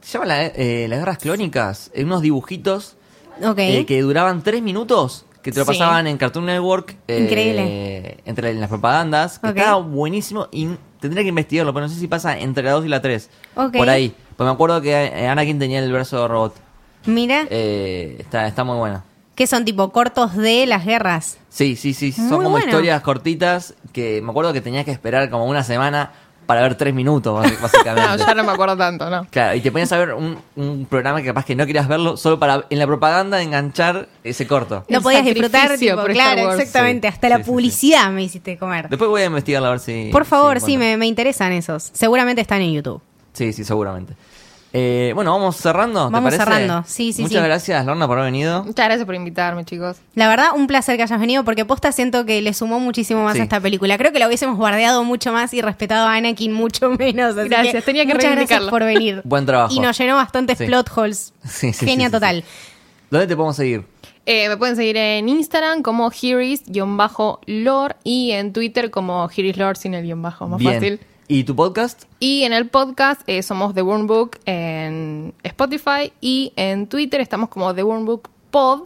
Speaker 1: Se llama la- eh, las guerras clónicas. eh, unos dibujitos
Speaker 2: Ok.
Speaker 1: eh, que duraban tres minutos. Que te lo
Speaker 3: Sí.
Speaker 1: pasaban en Cartoon Network. eh,
Speaker 2: Increíble.
Speaker 1: Entre las propagandas. Que
Speaker 2: Ok.
Speaker 1: estaba buenísimo. Y tendría que investigarlo, pero no sé si pasa entre la 2 y la 3.
Speaker 2: Ok.
Speaker 1: Por ahí. Pues me acuerdo que eh, Anakin tenía el brazo robot.
Speaker 2: Mira.
Speaker 1: Eh, está, está muy buena.
Speaker 2: que son tipo cortos de las guerras.
Speaker 1: Sí, sí, sí. Son
Speaker 2: Muy
Speaker 1: como
Speaker 2: bueno.
Speaker 1: historias cortitas que me acuerdo que tenías que esperar como una semana para ver tres minutos,
Speaker 2: (laughs)
Speaker 1: basi- básicamente.
Speaker 3: No, ya no me acuerdo tanto, ¿no?
Speaker 1: Claro, y te ponías a ver un, un programa que capaz que no querías verlo, solo para en la propaganda enganchar ese corto.
Speaker 2: No
Speaker 3: El
Speaker 2: podías disfrutar,
Speaker 3: sacrificio
Speaker 2: tipo,
Speaker 3: por Star
Speaker 2: claro,
Speaker 3: Wars.
Speaker 2: exactamente.
Speaker 1: Sí,
Speaker 2: Hasta
Speaker 1: sí,
Speaker 2: la
Speaker 1: sí, sí.
Speaker 2: publicidad me hiciste comer.
Speaker 1: Después voy a investigarlo a ver si.
Speaker 2: Por favor,
Speaker 1: si
Speaker 2: sí,
Speaker 1: encuentro.
Speaker 2: me, me interesan esos. Seguramente están en YouTube.
Speaker 1: Sí, sí, seguramente. Eh, bueno, vamos cerrando. ¿te
Speaker 2: Vamos
Speaker 1: parece?
Speaker 2: cerrando, sí, sí,
Speaker 1: Muchas
Speaker 2: sí.
Speaker 1: gracias, Lorna, por haber venido.
Speaker 3: Muchas gracias por invitarme, chicos.
Speaker 2: La verdad, un placer que hayas venido porque posta siento que le sumó muchísimo más
Speaker 1: Sí.
Speaker 2: a esta película. Creo que la hubiésemos bardeado mucho más y respetado a Anakin mucho (laughs) menos. Así
Speaker 3: Gracias, tenía que
Speaker 2: muchas gracias
Speaker 3: reivindicarlo.
Speaker 2: por venir.
Speaker 1: Buen trabajo.
Speaker 2: Y nos llenó bastantes
Speaker 1: Sí.
Speaker 2: plot holes.
Speaker 1: (laughs) Sí, sí, sí,
Speaker 2: Genia
Speaker 1: sí, sí.
Speaker 2: total.
Speaker 1: ¿Dónde te podemos seguir?
Speaker 3: Eh, me pueden seguir en Instagram como Hearis-Lore y en Twitter como Hearis-Lore sin el guión bajo, más
Speaker 1: Bien.
Speaker 3: fácil.
Speaker 1: ¿Y tu podcast?
Speaker 3: Y en el podcast eh, somos The Worm Book en Spotify y en Twitter estamos como The Worm Book Pod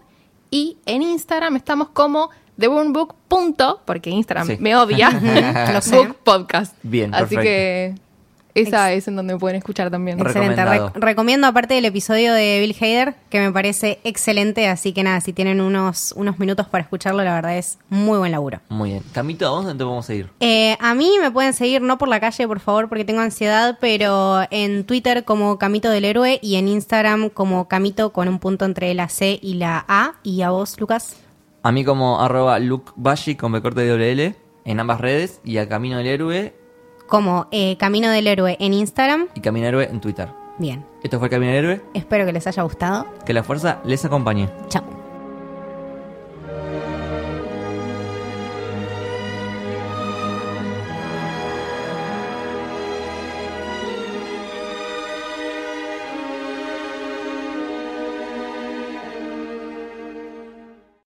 Speaker 3: y en Instagram estamos como The Worm Book punto, porque Instagram
Speaker 1: Sí.
Speaker 3: me
Speaker 1: (laughs)
Speaker 3: odia,
Speaker 2: Lo sé.
Speaker 3: Book Podcast.
Speaker 1: Bien,
Speaker 3: Así
Speaker 1: perfecto.
Speaker 3: que esa es en donde me pueden escuchar también.
Speaker 1: Re-
Speaker 2: Excelente.
Speaker 1: Recomendado.
Speaker 2: Re- recomiendo aparte del episodio de Bill Hader, que me parece excelente. Así que nada, si tienen unos, unos minutos para escucharlo, la verdad es muy buen laburo.
Speaker 1: Muy bien. Camito, ¿a vos dónde te podemos seguir?
Speaker 2: Eh, a mí me pueden seguir, no por la calle, por favor, porque tengo ansiedad, pero en Twitter como Camito del Héroe y en Instagram como Camito con un punto entre la C y la A. Y a vos, Lucas.
Speaker 1: A mí como arroba Luke Bashi con B corta y doble L en ambas redes y a Camino del Héroe
Speaker 2: Como eh, Camino del Héroe en Instagram.
Speaker 1: y Camino del Héroe en Twitter.
Speaker 2: Bien,
Speaker 1: Esto fue Camino del Héroe,
Speaker 2: espero que les haya gustado.
Speaker 1: que la fuerza les acompañe.
Speaker 2: Chao.